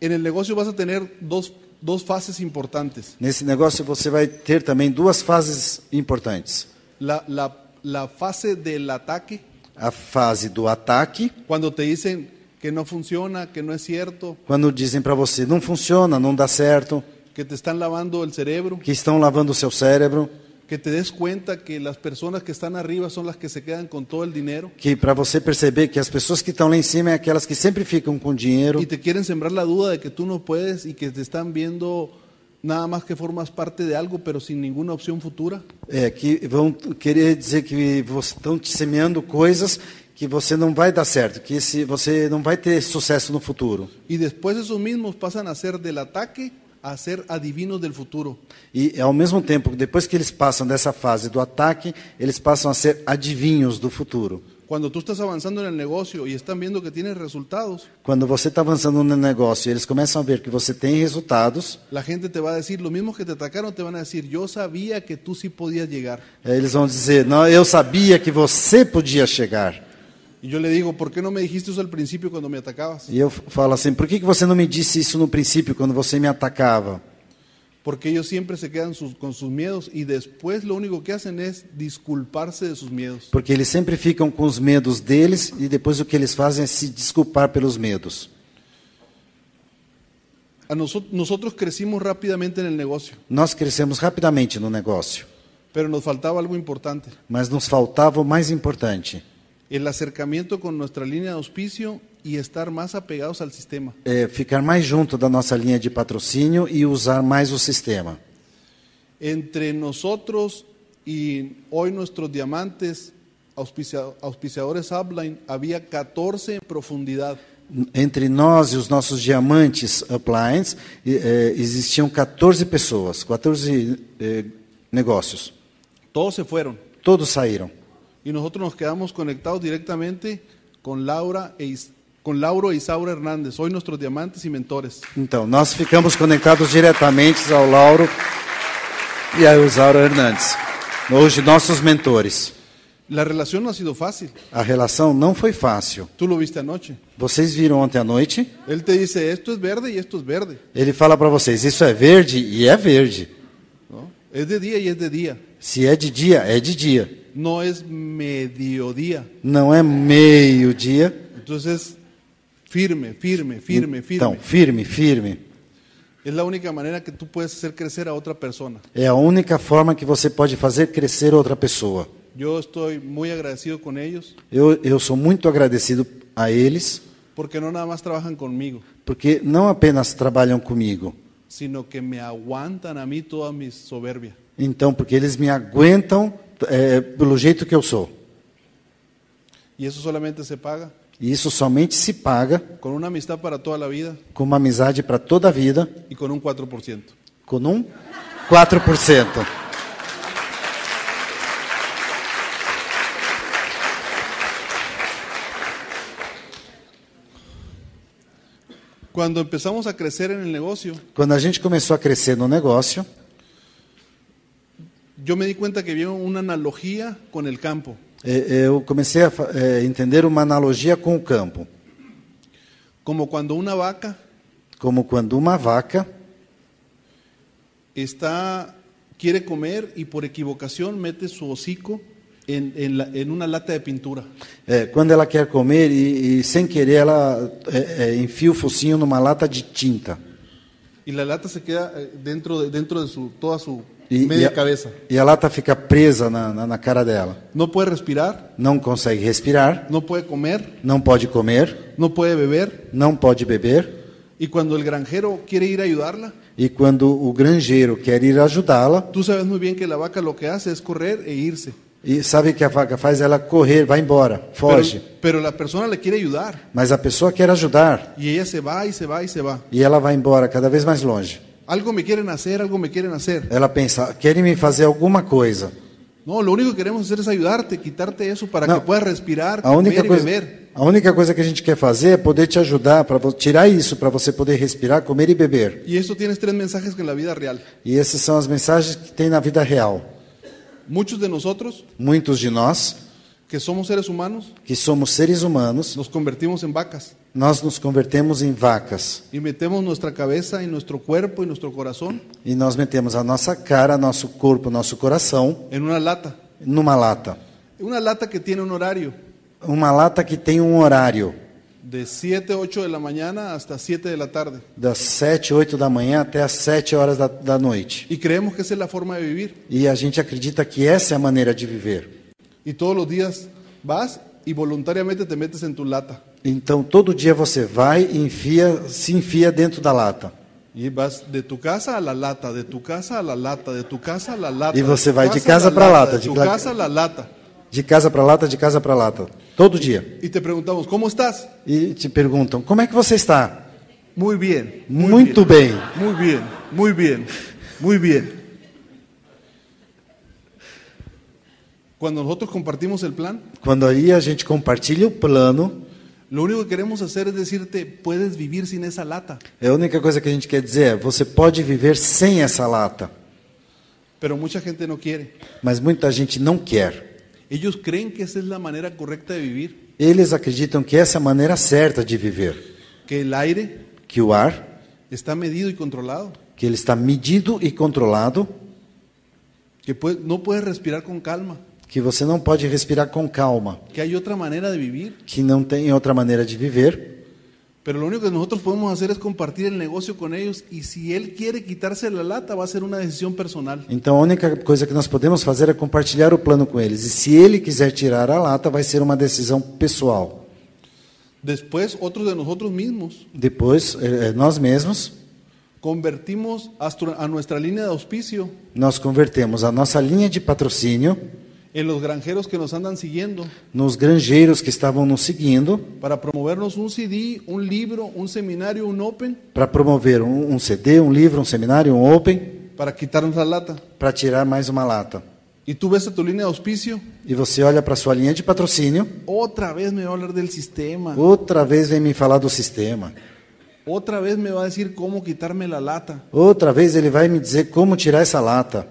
En el negocio vas a tener dos, dos fases importantes. Nesse negócio você vai ter também duas fases importantes: La, la, la fase del ataque, a fase do ataque, cuando te dicen que no funciona, que no es cierto, quando dizem para você não funciona, não dá certo, que te están lavando el cerebro. que estão lavando o seu cérebro, que te des cuenta que las personas que están arriba son las que se quedan con todo el dinero que para você perceber que as pessoas que estão lá em cima é aquelas que sempre ficam com dinheiro y te quieren sembrar la duda de que tú no puedes y que te están viendo nada más que formas parte de algo pero sin ninguna opción futura. É, que vão querer dizer que você- estão te semeando coisas que você não vai dar certo, que esse, você não vai ter sucesso no futuro. Y después esos mismos pasan a ser del ataque a ser adivinos del futuro. E, ao mesmo tempo, depois que eles passam dessa fase do ataque, eles passam a ser adivinhos do futuro. Cuando tú estás avanzando en el negocio y están viendo que tienes resultados, Quando você está avançando no negócio e eles começam a ver que você tem resultados, la gente te va a decir, los mismos que te atacaron te van a decir, yo sabía que tú sí podías llegar. eh, eles vão dizer: Não, eu sabia que você podia chegar. Y yo le digo, ¿por qué no me dijiste eso al principio cuando me atacabas? E eu f- falo assim: Por que, que você não me disse isso no princípio, quando você me atacava? Porque ellos siempre se quedan sus- con sus miedos y después lo único que hacen es disculparse de sus miedos. Porque eles sempre ficam com os medos deles e depois o que eles fazem é se desculpar pelos medos. A noso- nosotros crecimos rápidamente en el negocio, Nós crescemos rapidamente no negócio, pero nos faltaba algo importante, mas nos faltava o mais importante: el acercamiento con nuestra línea de auspicio y estar más apegados al sistema. é ficar mais junto da nossa linha de patrocínio e usar mais o sistema. Entre nosotros y hoy nuestros diamantes auspicia- auspiciadores Upline había 14 en profundidad. Entre nós e os nossos diamantes uplines e, eh, existiam 14 pessoas, 14 eh, negócios. Todos se fueron Todos saíram. y nosotros nos quedamos conectados directamente con Laura e Is- con Lauro e Isaura Hernández, hoy nuestros diamantes y mentores. Então, nós ficamos conectados diretamente ao Lauro e ao Isauro Hernandes, hoje nossos mentores. La relación no ha sido fácil. A relação não foi fácil. Tú lo viste anoche. Vocês viram ontem à noite? Él te dice, esto es verde y esto es verde. Ele fala para vocês: isso é verde e é verde. ¿no? Es de día y es de día. Se é de dia, é de dia. No es mediodía. Não é meio-dia. Entonces, firme, firme, firme, firme. Então, firme, firme. Es la única manera que tú puedes hacer crecer a otra persona. É a única forma que você pode fazer crescer outra pessoa. Yo estoy muy agradecido con ellos Eu, eu sou muito agradecido a eles, porque no nada más trabajan conmigo, porque não apenas trabalham comigo, sino que me aguantan a mí toda mi soberbia. então, porque eles me aguentam eh, pelo jeito que eu sou. Y eso solamente se paga E isso somente se paga con una amistad para toda la vida com uma amizade para toda a vida, y con un 4%. com um 4%. Cuando empezamos a crecer en el negocio, Quando a gente começou a crescer no negócio, yo me di cuenta que había una analogía con el campo. eh, eu comecei a fa- eh, entender uma analogia com o campo, Como cuando una vaca como quando uma vaca está quiere comer y por equivocación mete su hocico en, en la- en una lata de pintura. É, quando ela quer comer e, e sem querer ela é, é, enfia o focinho numa lata de tinta Y la lata se queda eh, dentro de, dentro de su, toda su e, e, media a, cabeza. e a lata fica presa na, na, na cara dela. No puede respirar, Não consegue respirar, no puede comer, não pode comer, no puede beber. não pode beber. Y cuando el granjero quiere ir a ayudarla, E quando o granjeiro quer ir ajudá-la, tú sabes muy bien que la vaca lo que hace es correr e irse. e sabe que a vaca faz ela correr, vai embora, Pero, foge. pero la persona le quiere ayudar Mas a pessoa quer ajudar y ella se va y se va y se va. e ela vai embora cada vez mais longe. Algo me quieren hacer, algo me quieren hacer. Ela pensa, querem me fazer alguma coisa. No, lo único que queremos hacer es ayudarte, quitarte eso para No. que puedas respirar, A única, comer y coisa, beber. a única coisa que a gente quer fazer é poder te ajudar, para tirar isso, para você poder respirar, comer e beber. Y esto tienes tres mensajes que en la vida real. E essas são as mensagens que tem na vida real. Muchos de nosotros, Muitos de nós, que somos seres humanos, que somos seres humanos, nos convertimos en vacas nós nos convertemos em vacas. y metemos nuestra cabeza y nuestro cuerpo y nuestro corazón E nós metemos a nossa cara, nosso corpo, nosso coração en una lata. numa lata. Una lata que tiene un horario Uma lata que tem um horário, de 7, 8 de la mañana hasta 7 de la tarde. das 7, 8 da manhã até as 7 horas da, da noite. Y creemos que esa es la forma de vivir. E a gente acredita que essa é a maneira de viver. Y todos los días vas y voluntariamente te metes en tu lata. Então todo dia você vai e enfia, se enfia dentro da lata. Y vas de tu casa a la lata, de tu casa a la lata, de tu casa a la lata. Y de você tu vai de casa a la pra lata, de de tu cla- casa a la lata. De casa para lata, de casa para lata. Todo dia. Y te preguntamos, ¿cómo estás? E te perguntam: "Como é que você está?" Muy bien. Muy Muito bem. bien, Muy bien. Muy bien. Muy bien. Cuando nosotros compartimos el plan, Quando aí a gente compartilha o plano, lo único que queremos hacer es decirte, puedes vivir sin esa lata. a única coisa que a gente quer dizer é: você pode viver sem essa lata, Pero mucha gente no quiere. mas muita gente não quer. Ellos creen que esa es la manera correcta de vivir, Eles acreditam que essa é a maneira certa de viver, que el aire que o ar, está medido y controlado, que ele está medido e controlado, que puede- no puedes respirar con calma, que você não pode respirar com calma, que hay otra manera de vivir. que não tem outra maneira de viver. Pero lo único que nosotros podemos hacer es compartir el negocio con ellos y si él quiere quitarse la lata va a ser una decisión personal. Então a única coisa que nós podemos fazer é compartilhar o plano com eles. E se ele quiser tirar a lata, vai ser uma decisão pessoal. Después otros de nosotros mismos Depois, eh, eh, nós mesmos, convertimos astro- a nuestra línea de auspicio nós convertemos a nossa linha de patrocínio en los granjeros que nos andan siguiendo nos granjeiros que estavam nos seguindo para promovernos un CD, un libro, un seminario, un open para promover um, um CD, um livro, um seminário, um open, para quitarnos la lata. para tirar mais uma lata. Y tú ves a tu línea de auspicio, E você olha para sua linha de patrocínio, otra vez me va a hablar del sistema, outra vez vem me falar do sistema. otra vez me va a decir cómo quitarme la lata. Outra vez ele vai me dizer como tirar essa lata.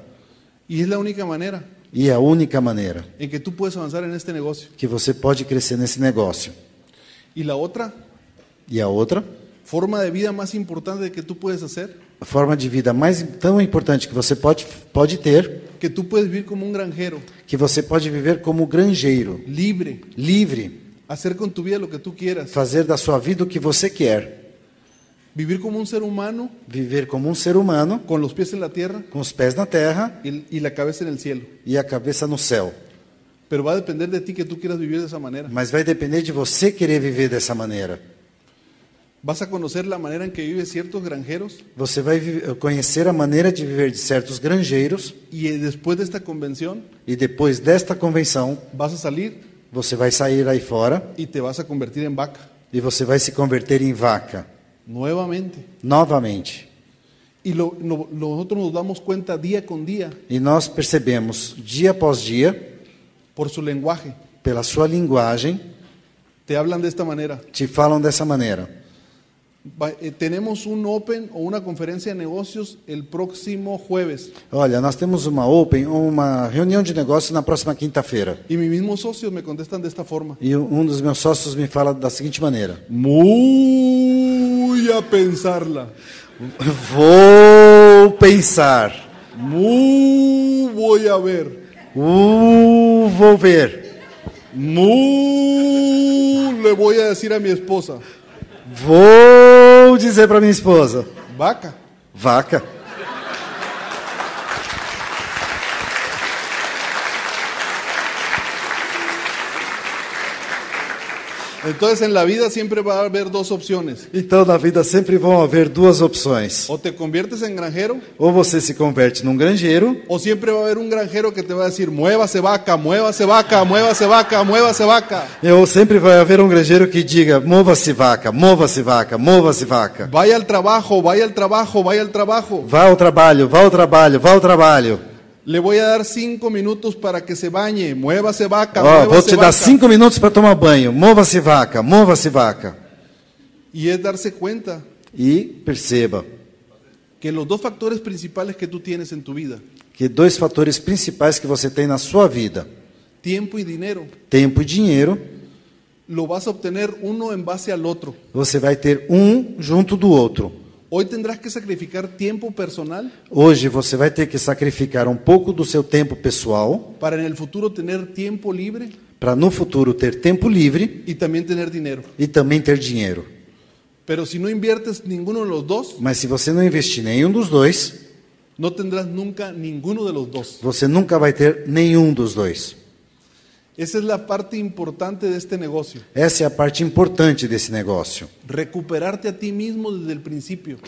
Y es la única manera E é a única maneira en que tú puedes avanzar en este negocio. que você pode crescer nesse negócio. Y la otra E a outra, forma de vida más importante que tú puedes hacer, a forma de vida mais tão importante que você pode, pode ter, que tú puedes vivir como un granjero, que você pode viver como granjeiro, libre, livre, hacer con tu vida lo que tú quieras, fazer da sua vida o que você quer, vivir como un ser humano viver como um ser humano con los pies en la tierra com os pés na terra y, y la cabeza en el cielo. e a cabeça no céu. Pero va a depender de ti que tú quieras vivir de esa manera. Mas vai depender de você querer viver dessa maneira. Vas a conocer la manera en que viven ciertos granjeros Você vai vi- conhecer a maneira de viver de certos granjeiros y eh, después de esta convención e depois desta convenção vas a salir você vai sair aí fora y te vas a convertir en vaca e você vai se converter em vaca nuevamente. novamente. Y lo- lo- nosotros nos damos cuenta día con día E nós percebemos dia após dia por su lenguaje. pela sua linguagem Te hablan de esta manera. te falam dessa maneira. Va- eh, tenemos un open o una conferencia de negocios el próximo jueves. Olha, nós temos uma open, uma reunião de negócio na próxima quinta-feira. Y mis mismos socios me contestan de esta forma. E um dos meus sócios me fala da seguinte maneira: Muy a pensarla. Vou pensar. Muy voy a ver. Uh, vou ver. Muy le voy a decir a mi esposa. Vou dizer para minha esposa. Vaca. Vaca. Entonces en la vida siempre va a haber dos opciones. Então na vida sempre vão haver duas opções. O te conviertes en granjero Ou você se converte num granjeiro, o siempre va a haber un granjero que te va a decir, muévase vaca, muévase vaca, muévase vaca, muévase vaca. ou sempre vai haver um granjeiro que diga: mova-se vaca, mova-se vaca, mova-se vaca. Vaya al trabajo, vaya al trabajo, vaya al trabajo. Vá ao trabalho, vá ao trabalho, vá ao trabalho. Le voy a dar cinco minutos para que se bañe. Muévase vaca. Ó, muévase vou te vaca. Ah, dar cinco minutos para tomar banho. Mova-se vaca, mova-se vaca. Y es darse cuenta E perceba que los dos factores principales que tú tienes en tu vida, que dois fatores principais que você tem na sua vida, tiempo y dinero, tempo e dinheiro, lo vas a obtener uno en base al otro. você vai ter um junto do outro. Hoy tendrás que sacrificar tiempo personal Hoje você vai ter que sacrificar um pouco do seu tempo pessoal para en el futuro tener tiempo libre para no futuro ter tempo livre y también tener dinero. e também ter dinheiro. Pero si no inviertes ninguno de los dos, Mas se você não investir nenhum dos dois, no tendrás nunca ninguno de los dos. você nunca vai ter nenhum dos dois. Esa es la parte importante de este negocio. Essa é a parte importante desse negócio. Recuperarte a ti mismo desde el principio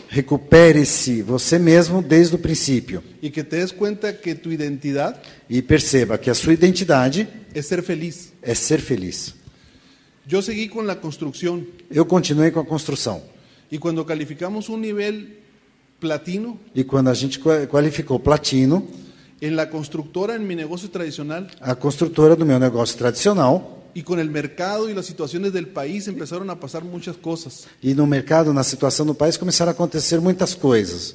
Recupere-se você mesmo desde o princípio y que te des cuenta que tu identidad e perceba que a sua identidade es ser feliz. é ser feliz. Yo seguí con la construcción Eu continuei com a construção. Y cuando calificamos un nivel platino, E quando a gente qua- qualificou platino, en la constructora, en mi negocio tradicional, a construtora do meu negócio tradicional, y con el mercado y las situaciones del país empezaron a pasar muchas cosas. e no mercado, na situação do país, começaram a acontecer muitas coisas.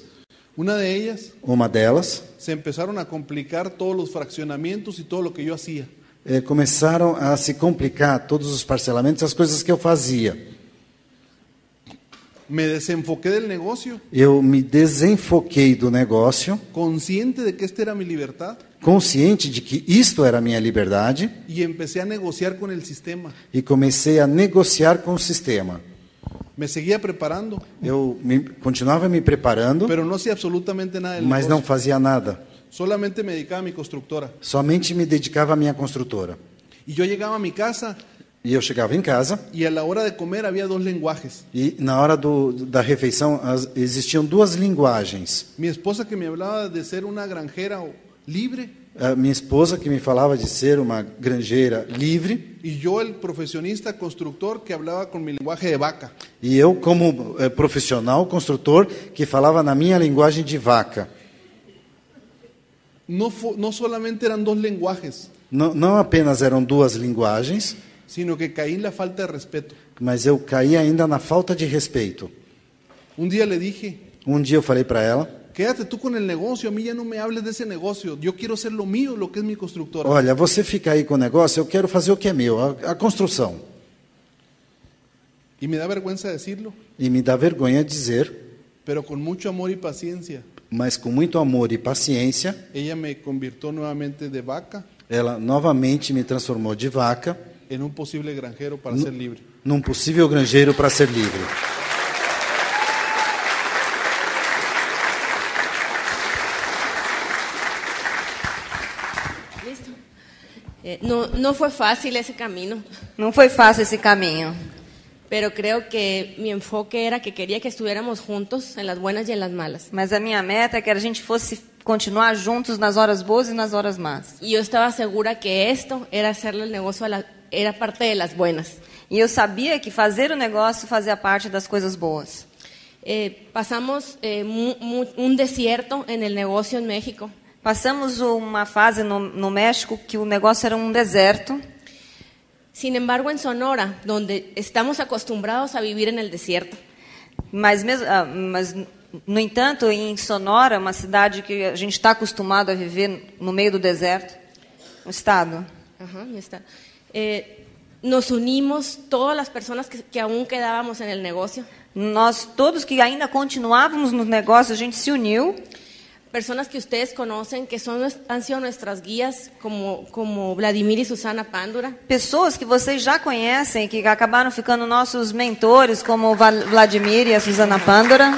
Una de ellas, Uma delas, se empezaron a complicar todos los fraccionamientos y todo lo que yo hacía. eh, começaram a se complicar todos os parcelamentos, as coisas que eu fazia. Me desenfoqué del negocio, Eu me desenfoquei do negócio, consciente de que esta era mi libertad, consciente de que isto era a minha liberdade, y empecé a negociar con el sistema. e comecei a negociar com o sistema. Me seguía preparando, Eu me, continuava me preparando, pero é no hacía absolutamente nada del mas não negocio. fazia nada. Solamente me dedicaba a mi constructora. Somente me dedicava à minha construtora. Y yo llegaba a mi casa E eu chegava em casa y a la hora de comer había dos lenguajes. e na hora do, da refeição as, existiam duas linguagens. Mi esposa que me hablaba de ser una granjera o- libre A minha esposa que me falava de ser uma granjeira livre y yo el profesionista constructor que hablaba con mi lenguaje de vaca. e eu como eh, profissional construtor que falava na minha linguagem de vaca. No, fu- no solamente eran dos lenguajes, Não, não apenas eram duas linguagens, sino que caí en la falta de respeto. mas eu caí ainda na falta de respeito. Un día le dije, Um dia eu falei para ela: quédate tú con el negocio, a mí ya no me hables de esse negocio, yo quiero ser lo mío, lo que es mi constructora. Olha, você fica aí com o negócio, eu quero fazer o que é meu, a, a construção. Y me da vergüenza decirlo, E me dá vergonha dizer, pero con mucho amor y paciencia, mas com muito amor e paciência, ella me convirtió nuevamente de vaca ela novamente me transformou de vaca en un posible granjero para ser libre. num possível granjeiro para ser livre. Listo. Eh, no, no fue fácil ese camino, Não foi fácil esse caminho, pero creo que mi enfoque era que quería que estuviéramos juntos en las buenas y en las malas. mas a minha meta é que a gente fosse continuar juntos nas horas boas e nas horas más. Y yo estaba segura que esto era hacerle el negocio a la, era parte de las buenas. E eu sabia que fazer o negócio fazia parte das coisas boas. Eh, pasamos eh, mu- mu- un desierto en el negocio en México. Passamos uma fase no, no México que o negócio era um deserto, Sin embargo, en Sonora, donde estamos acostumbrados a vivir en el desierto, mas, mesmo, ah, mas no entanto, em Sonora, uma cidade que a gente está acostumado a viver no meio do deserto, um estado, Ajá, ya está. Eh, nos unimos todas las personas que, que aún quedábamos en el negocio, nós todos que ainda continuávamos no negócio, a gente se uniu personas que ustedes conocen, que son, nues- han sido nuestras guías, como, como Vladimir y Susana Pándura, Pessoas que vocês já conhecem, que acabaram ficando nossos mentores, como o Val- Vladimir e a Suzana Pândora,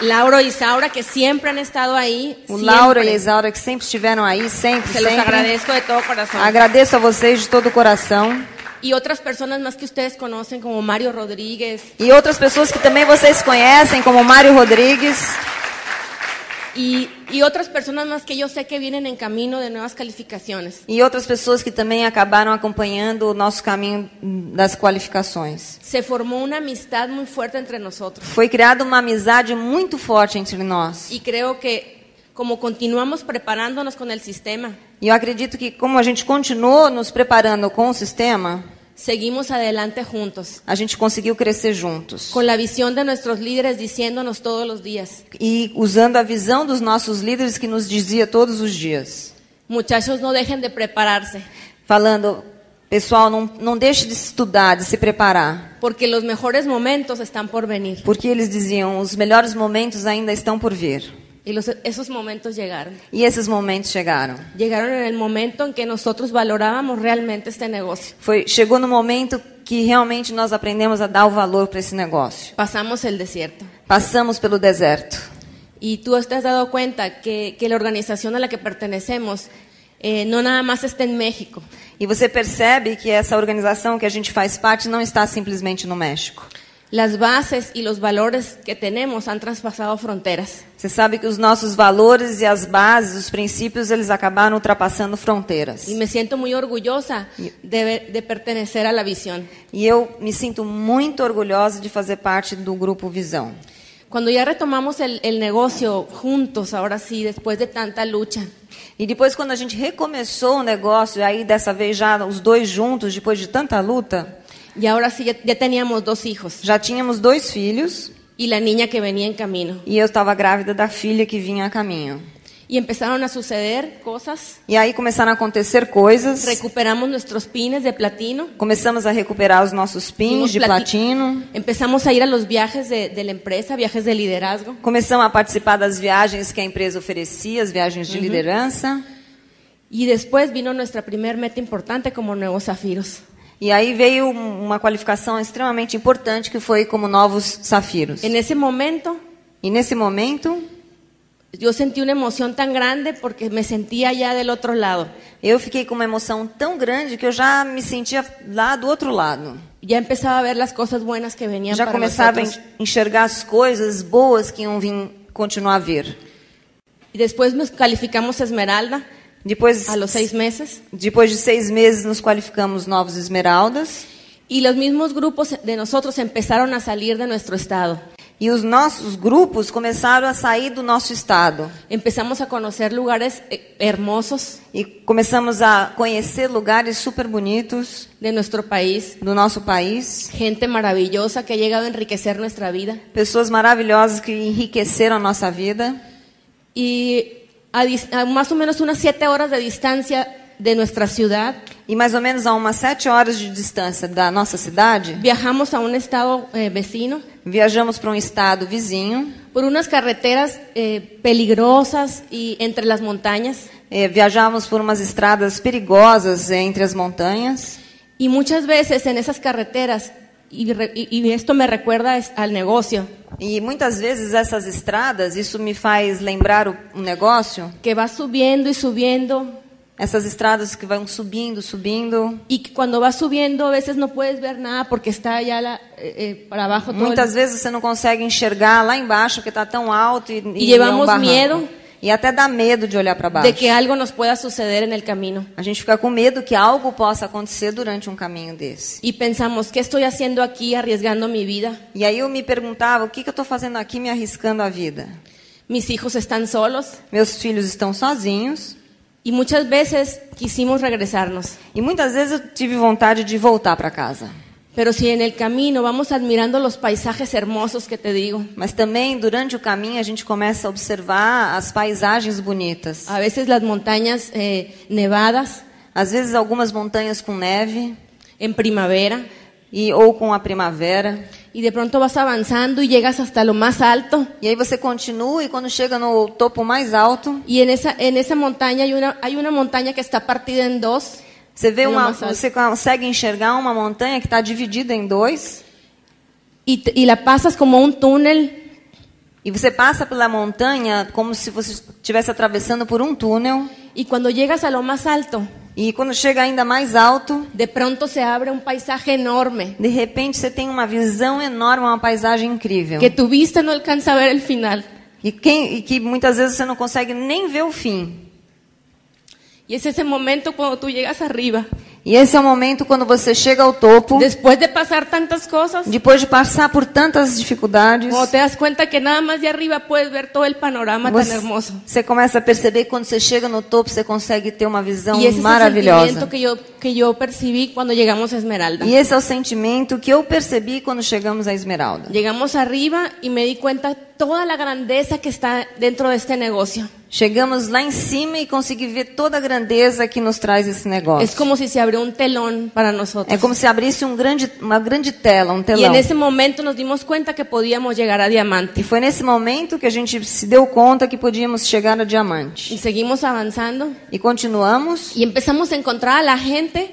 Lauro y Isaura, que siempre han estado ahí. o Laura e a siempre. Isaura, que sempre estiveram aí, sempre, Se los sempre. agradezco de todo corazón. Agradeço a vocês de todo o coração. y otras personas más que ustedes conocen, como Mario Rodríguez E outras pessoas que também vocês conhecem, como o Mário Rodrigues, y, y otras personas más que yo sé que vienen en camino de nuevas calificaciones. e outras pessoas que também acabaram acompanhando o nosso caminho hum, das qualificações. Se formó una amistad muy fuerte entre nosotros. Foi criada uma amizade muito forte entre nós. Y creo que como continuamos preparándonos con el sistema, E eu acredito que, como a gente continuou nos preparando com o sistema, seguimos adelante juntos, a gente conseguiu crescer juntos. con la visión de nuestros líderes diciéndonos todos los días, E usando a visão dos nossos líderes que nos dizia todos os dias, muchachos no dejen de prepararse, falando, pessoal, não, não deixe de estudar, de se preparar. porque los mejores momentos están por venir. Porque eles diziam, os melhores momentos ainda estão por vir. Y los- esos momentos llegaron. E esses momentos chegaram. Llegaron en el momento en que nosotros valorábamos realmente este negocio. Foi, chegou no momento que realmente nós aprendemos a dar o valor para esse negócio. Pasamos el desierto. Passamos pelo deserto. Y tú te has dado cuenta que, que la organización a la que pertenecemos eh, no nada más está en México, E você percebe que essa organização que a gente faz parte não está simplesmente no México. Las bases y los valores que tenemos han traspasado fronteras. Você sabe que os nossos valores e as bases, os princípios, eles acabaram ultrapassando fronteiras. Y me siento muy orgullosa de, ver- de pertenecer a la visión. E eu me sinto muito orgulhosa de fazer parte do grupo Visão. Cuando ya retomamos el, el negocio juntos, ahora sí, después de tanta lucha, E depois, quando a gente recomeçou o negócio, aí dessa vez já os dois juntos, depois de tanta luta, y ahora sí ya, ya teníamos dos hijos já tínhamos dois filhos y la niña que venía en camino. e eu estava grávida da filha que vinha a caminho. Y empezaron a suceder cosas. E aí começaram a acontecer coisas. Recuperamos nuestros pines de platino. Começamos a recuperar os nossos pins Dimos de plati- platino. Empezamos a ir a los viajes de, de la empresa, viajes de liderazgo. Começamos a participar das viagens que a empresa oferecia, as viagens de liderança. Y después vino nuestra primer meta importante como Nuevos Zafiros. E aí veio um- uma qualificação extremamente importante que foi como novos safiros. En ese momento E nesse momento, yo sentí una emoción tan grande porque me sentía ya del otro lado. eu fiquei com uma emoção tão grande que eu já me sentia lá do outro lado. Ya empezaba a ver las cosas buenas que venían Já para começava a nosotros. en- enxergar as coisas boas que iam vir continuar a vir. Y después nos calificamos Esmeralda Depois, a los seis meses. depois de seis meses, nos qualificamos novos esmeraldas. Y los mismos grupos de nosotros empezaron a salir de nuestro estado. E os nossos grupos começaram a sair do nosso estado Empezamos a conocer lugares eh, hermosos e começamos a conhecer lugares super bonitos de nuestro país, do nosso país, gente maravillosa que ha llegado a enriquecer nuestra vida. pessoas maravilhosas que enriqueceram a nossa vida. Y a, dis- a más o menos unas siete horas de distancia de nuestra ciudad, E mais ou menos a umas sete horas de distância da nossa cidade, viajamos a un estado eh, vecino viajamos para um estado vizinho, por unas carreteras eh, peligrosas y entre las montañas. eh, viajamos por umas estradas perigosas entre as montanhas. Y muchas veces en esas carreteras, y, re- y- y esto me recuerda es- al negocio, E muitas vezes essas estradas, isso me faz lembrar o- um negócio, que va subiendo y subiendo, essas estradas que vão subindo, subindo, y que cuando va subiendo a veces no puedes ver nada porque está allá la- eh, eh, para abajo todo. el- Muitas vezes você não consegue enxergar lá embaixo porque está tão alto e, E levamos é um barranco. medo. E até dá medo de olhar para baixo. de que algo nos pueda suceder en el camino. A gente fica com medo que algo possa acontecer durante um caminho desse. Y pensamos, ¿qué estoy haciendo aquí arriesgando mi vida? E aí eu me perguntava, o que, que eu estou fazendo aqui me arriscando a vida? Mis hijos están solos. Meus filhos estão sozinhos Y muchas veces quisimos regresarnos. e muitas vezes eu tive vontade de voltar para casa. Pero si en el camino vamos admirando los paisajes hermosos que te digo, Mas também durante o caminho a gente começa a observar as paisagens bonitas. a veces las montañas eh, nevadas Às vezes algumas montanhas com neve en primavera, e ou com a primavera. y de pronto vas avanzando y llegas hasta lo más alto. E aí você continua e quando chega no topo mais alto, Y en esa, en esa montaña hay una, hay uma montaña que está partida en dos. você vê Tem uma, uma só. você consegue enxergar uma montanha que está dividida em dois Y, te- y la pasas como un túnel e você passa pela montanha como se você estivesse atravessando por um túnel. y cuando llegas a lo más alto, E quando chega ainda mais alto, de pronto se abre un paisaje enorme de repente você tem uma visão enorme, uma paisagem incrível. que tu vista no alcanza a ver el final. E, quem, e que muitas vezes você não consegue nem ver o fim. Y es ese momento cuando tú llegas arriba, E esse é o momento quando você chega ao topo, después de pasar tantas cosas, depois de passar por tantas dificuldades. o é te das cuenta que nada más de arriba puedes ver todo el panorama Você, tan hermoso. você começa a perceber que quando você chega no topo, você consegue ter uma visão Y ese es el maravilhosa. sentimiento que yo, que yo percibí cuando llegamos a Esmeralda. E esse é o sentimento que eu percebi quando chegamos à Esmeralda. Llegamos arriba y me di cuenta toda la grandeza que está dentro de este negocio. Chegamos lá em cima e consegui ver toda a grandeza que nos traz esse negócio. Es como si se abrió un telón para nosotros. É como se abrisse um grande, uma grande tela, um y telão. en ese momento nos dimos cuenta que podíamos llegar a E diamante. foi nesse momento que a gente se deu conta que podíamos chegar a diamante. Y seguimos avanzando E continuamos y empezamos a encontrar a la gente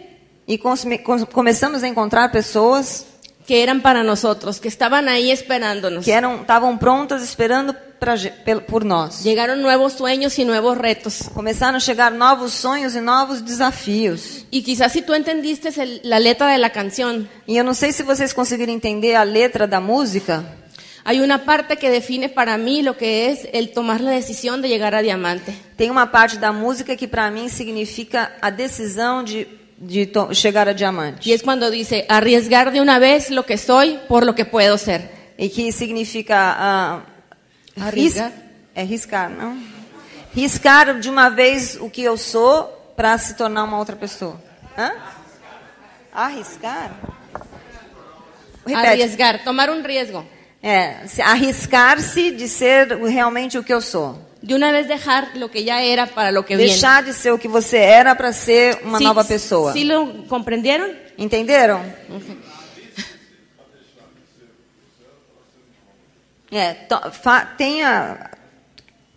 e consome- com- começamos a encontrar pessoas que eran para nosotros, que estaban ahí esperándonos. que eram estavam prontas esperando pra ge- pel- por nós. Llegaron nuevos sueños y nuevos retos. Começaram a chegar novos sonhos e novos desafios. Y quizás si tú entendiste el- la letra de la canción, E eu não sei se vocês conseguiram entender a letra da música. hay una parte que define para mí lo que es el tomar la decisión de llegar a diamante. Tem uma parte da música que para mim significa a decisão de, de to- chegar a diamante. Y es cuando dice, arriesgar de una vez lo que soy por lo que puedo ser. E que significa ah, ris- Arriscar? É riscar, não? Riscar de uma vez o que eu sou para se tornar uma outra pessoa. Hã? Arriscar? Repete. Arriesgar, tomar un riesgo. É, se- arriscar-se de ser o- realmente o que eu sou. De una vez dejar lo que ya era para lo que viene. Deixar de ser o que você era para ser uma Sí, nova pessoa. ¿Sí lo comprendieron? Entenderam? É, to- fa- tenha,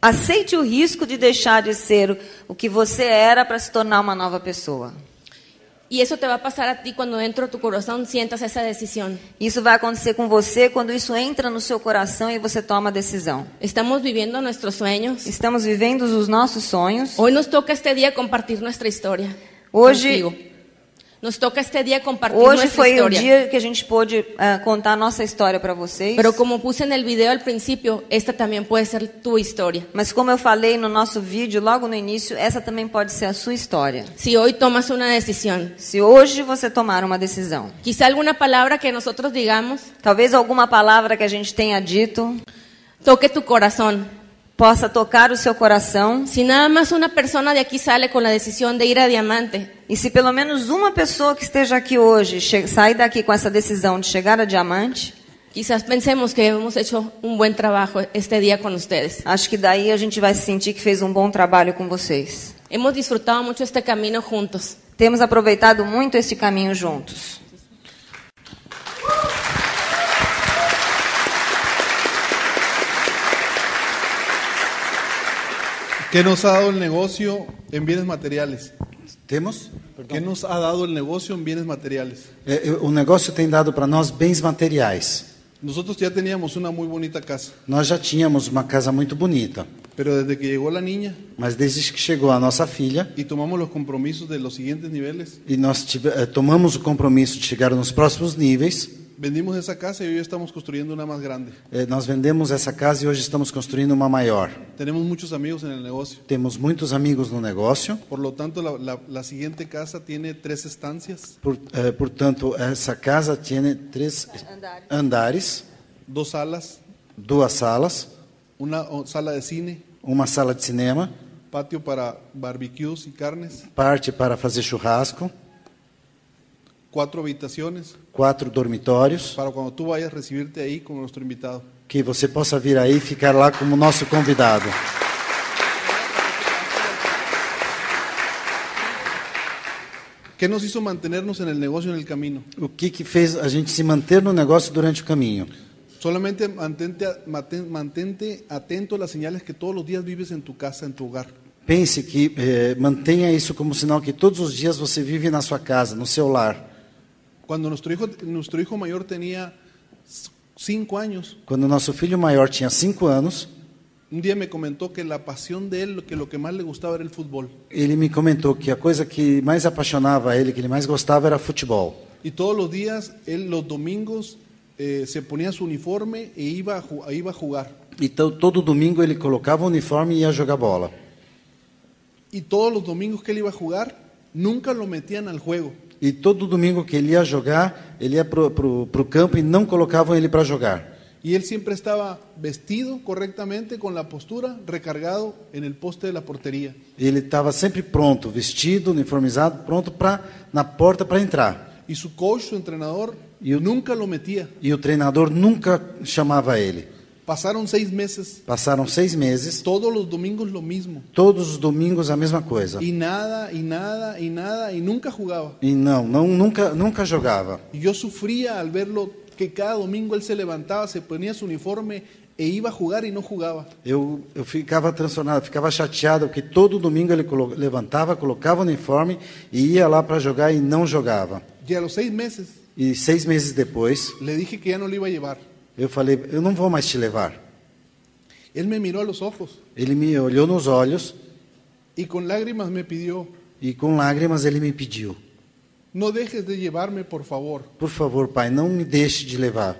aceite o risco de deixar de ser o- o que você era para se tornar uma nova pessoa. Y eso te va a pasar a ti cuando dentro de tu corazón sientas esa decisión. Isso vai acontecer com você quando isso entra no seu coração e você toma a decisão. Estamos viviendo nuestros sueños. Estamos vivendo os nossos sonhos. Hoy nos toca este día compartir nuestra historia. Hoje- contigo. Nos toca este día compartir Hoje nuestra foi o historia. dia que a gente pôde ah, contar a nossa história para vocês. Pero como puse en el video al principio, esta también puede ser tu historia. Mas como eu falei no nosso vídeo logo no início, essa também pode ser a sua história. Si hoy tomas una decisión, Se hoje você tomar uma decisão, quizá alguna palabra que nosotros digamos talvez alguma palavra que a gente tenha dito toque tu corazón. possa tocar o seu coração, Si nada más una persona de aquí sale con la decisión de ir a diamante, e se pelo menos uma pessoa que esteja aqui hoje che- sair daqui com essa decisão de chegar a diamante, quizás pensemos que hemos hecho un buen trabajo este día con ustedes. acho que daí a gente vai sentir que fez um bom trabalho com vocês. Hemos disfrutado mucho este camino juntos. Temos aproveitado muito este caminho juntos. ¿Qué nos ha dado el negocio en bienes materiales? Temos? ¿Qué nos ha dado el negocio en bienes materiales? É, eu- o negócio tem dado para nós bens materiais. Nosotros ya teníamos una muy bonita casa, Nós já tínhamos uma casa muito bonita, pero desde que llegó la niña mas desde que chegou a nossa filha y tomamos los compromisos de los siguientes niveles, e nós tive, eh, tomamos o compromisso de chegar nos próximos níveis, vendimos esa casa y hoy estamos construyendo una más grande. eh, nós vendemos essa casa e hoje estamos construindo uma maior. Tenemos muchos amigos en el negocio. Temos muitos amigos no negócio, Por lo tanto, la, la- la siguiente casa tiene tres estancias, por, eh, portanto, essa casa tem três andares, dos salas, duas salas, una o, sala de cine, uma sala de cinema, patio para barbecues y carnes, parte para fazer churrasco, cuatro habitaciones quatro dormitórios, para cuando tú vayas a recibirte ahí como nuestro invitado. que você possa vir aí e ficar lá como nosso convidado. ¿Qué nos hizo mantenernos en el negocio en el camino? O que, que fez a gente se manter no negócio durante o caminho? Solamente mantente, maten- mantente atento a las señales que todos los días vives en tu casa, en tu hogar. Pense que eh, mantenha isso como sinal que todos os dias você vive na sua casa, no seu lar. Cuando nuestro hijo, nuestro hijo mayor tenía c- cinco años, Quando nosso filho maior tinha cinco anos, un día me comentó que la pasión de él, que lo que más le gustaba era el fútbol. ele me comentou que a coisa que mais apaixonava ele, que ele mais gostava, era futebol. Y todos los días, él los domingos eh, se ponía su uniforme e iba a, ju- iba a jugar. Então, todo domingo ele colocava o uniforme e ia jogar bola. Y todos los domingos que él iba a jugar, nunca lo metían al juego. E todo domingo que ele ia jogar, ele ia pro, pro, pro campo e não colocavam ele para jogar. Y él siempre estaba vestido correctamente, con la postura, recargado en el poste de la portería. Ele estava sempre pronto, vestido, uniformizado, pronto para na porta para entrar. Y su coach, su entrenador, Y un- nunca lo metía. E o treinador nunca chamava ele. Pasaron seis meses, Passaram seis meses, todos los domingos lo mismo. todos os domingos a mesma coisa. Y nada, y nada, y nada, y nunca jugaba. E não, não nunca, nunca jogava. Y yo sufría al verlo que cada domingo él se levantaba, se ponía su uniforme e iba a jugar y no jugaba. Eu, eu ficava transtornado, ficava chateado, porque todo domingo ele colo levantava, colocava o uniforme e ia lá para jogar e não jogava. Y a los seis meses E seis meses depois, le dije que ya no lo iba a llevar. eu falei: Eu não vou mais te levar. Él me miró a los ojos Ele me olhou nos olhos y con lágrimas me pidió, e com lágrimas ele me pediu: no dejes de llevarme, por favor. Por favor, pai, não me deixe de levar.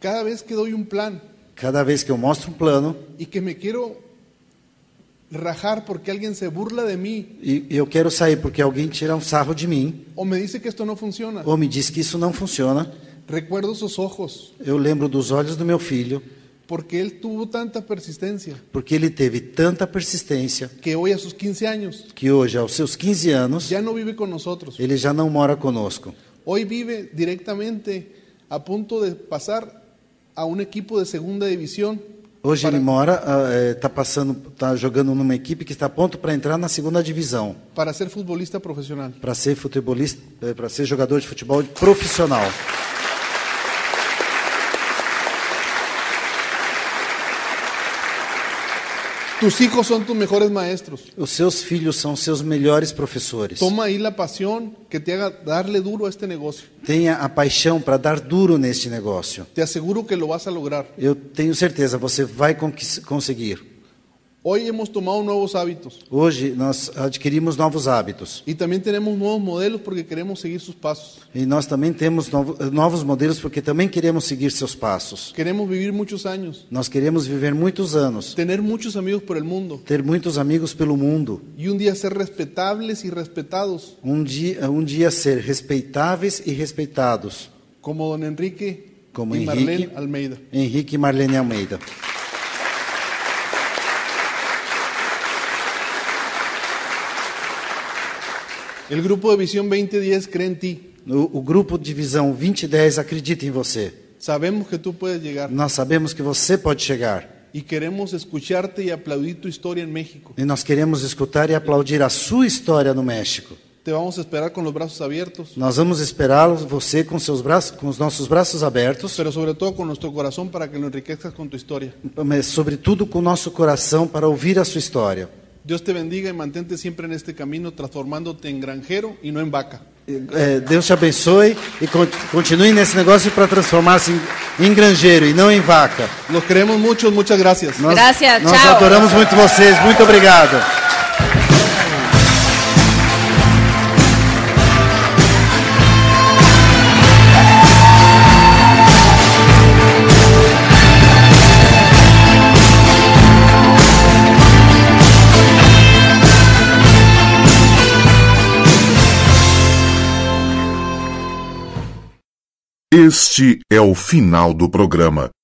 Cada vez que doy un plan Cada vez que eu mostro um plano y que me quiero rajar porque alguien se burla de mí e e eu quero sair porque alguém tira um sarro de mim o me dice que esto no funciona, ou me diz que isso não funciona, recuerdo sus ojos eu lembro dos olhos do meu filho, porque él tuvo tanta persistencia porque ele teve tanta persistência que hoy a sus 15 años que hoje, aos seus 15 anos, ya no vive con nosotros. ele já não mora conosco. Hoy vive directamente a punto de pasar a un equipo de segunda división Hoje para, ele mora, está passando, tá jogando numa equipe que está pronto para entrar na segunda divisão, para ser futbolista profesional. para ser futebolista, para ser jogador de futebol profissional. Tus hijos son tus mejores maestros. Os seus filhos são seus melhores professores. Toma ahí la pasión que te haga darle duro a este negocio. Tenha a paixão para dar duro neste negócio. Te aseguro que lo vas a lograr. Eu tenho certeza, você vai conquis- conseguir. Hoy hemos tomado nuevos hábitos Hoje nós adquirimos novos hábitos y también tenemos nuevos modelos porque queremos seguir sus pasos. e nós também temos novo- novos modelos porque também queremos seguir seus passos. Queremos vivir muchos años, Nós queremos viver muitos anos, tener muchos amigos por el mundo ter muitos amigos pelo mundo, y un día ser respetables y respetados um dia, um dia ser respeitáveis e respeitados, como don Enrique como y Henrique, Marlene Almeida. Henrique e Marlene Almeida. El grupo de Visión 2010 cree en ti. O, o grupo Divisão 2010 acredita em você. Sabemos que tú puedes llegar Nós sabemos que você pode chegar y queremos escucharte y aplaudir tu historia en México. e nós queremos escutar e aplaudir a sua história no México. Te vamos a esperar con los brazos abiertos, Nós vamos esperá-lo, você com seus braços, com os nossos braços abertos, pero sobre todo con nuestro corazón para que lo enriquezcas con tu historia. mas sobretudo com o nosso coração para ouvir a sua história. Dios te bendiga y mantente siempre en este camino transformándote en granjero y no en vaca. É, Deus te abençoe e con- continue nesse negócio para transformar-se em, em granjeiro e não em vaca. Los queremos mucho, muchas gracias. Nós, Gracias, nós tchau. adoramos muito vocês. Muito obrigado. Este é o final do programa.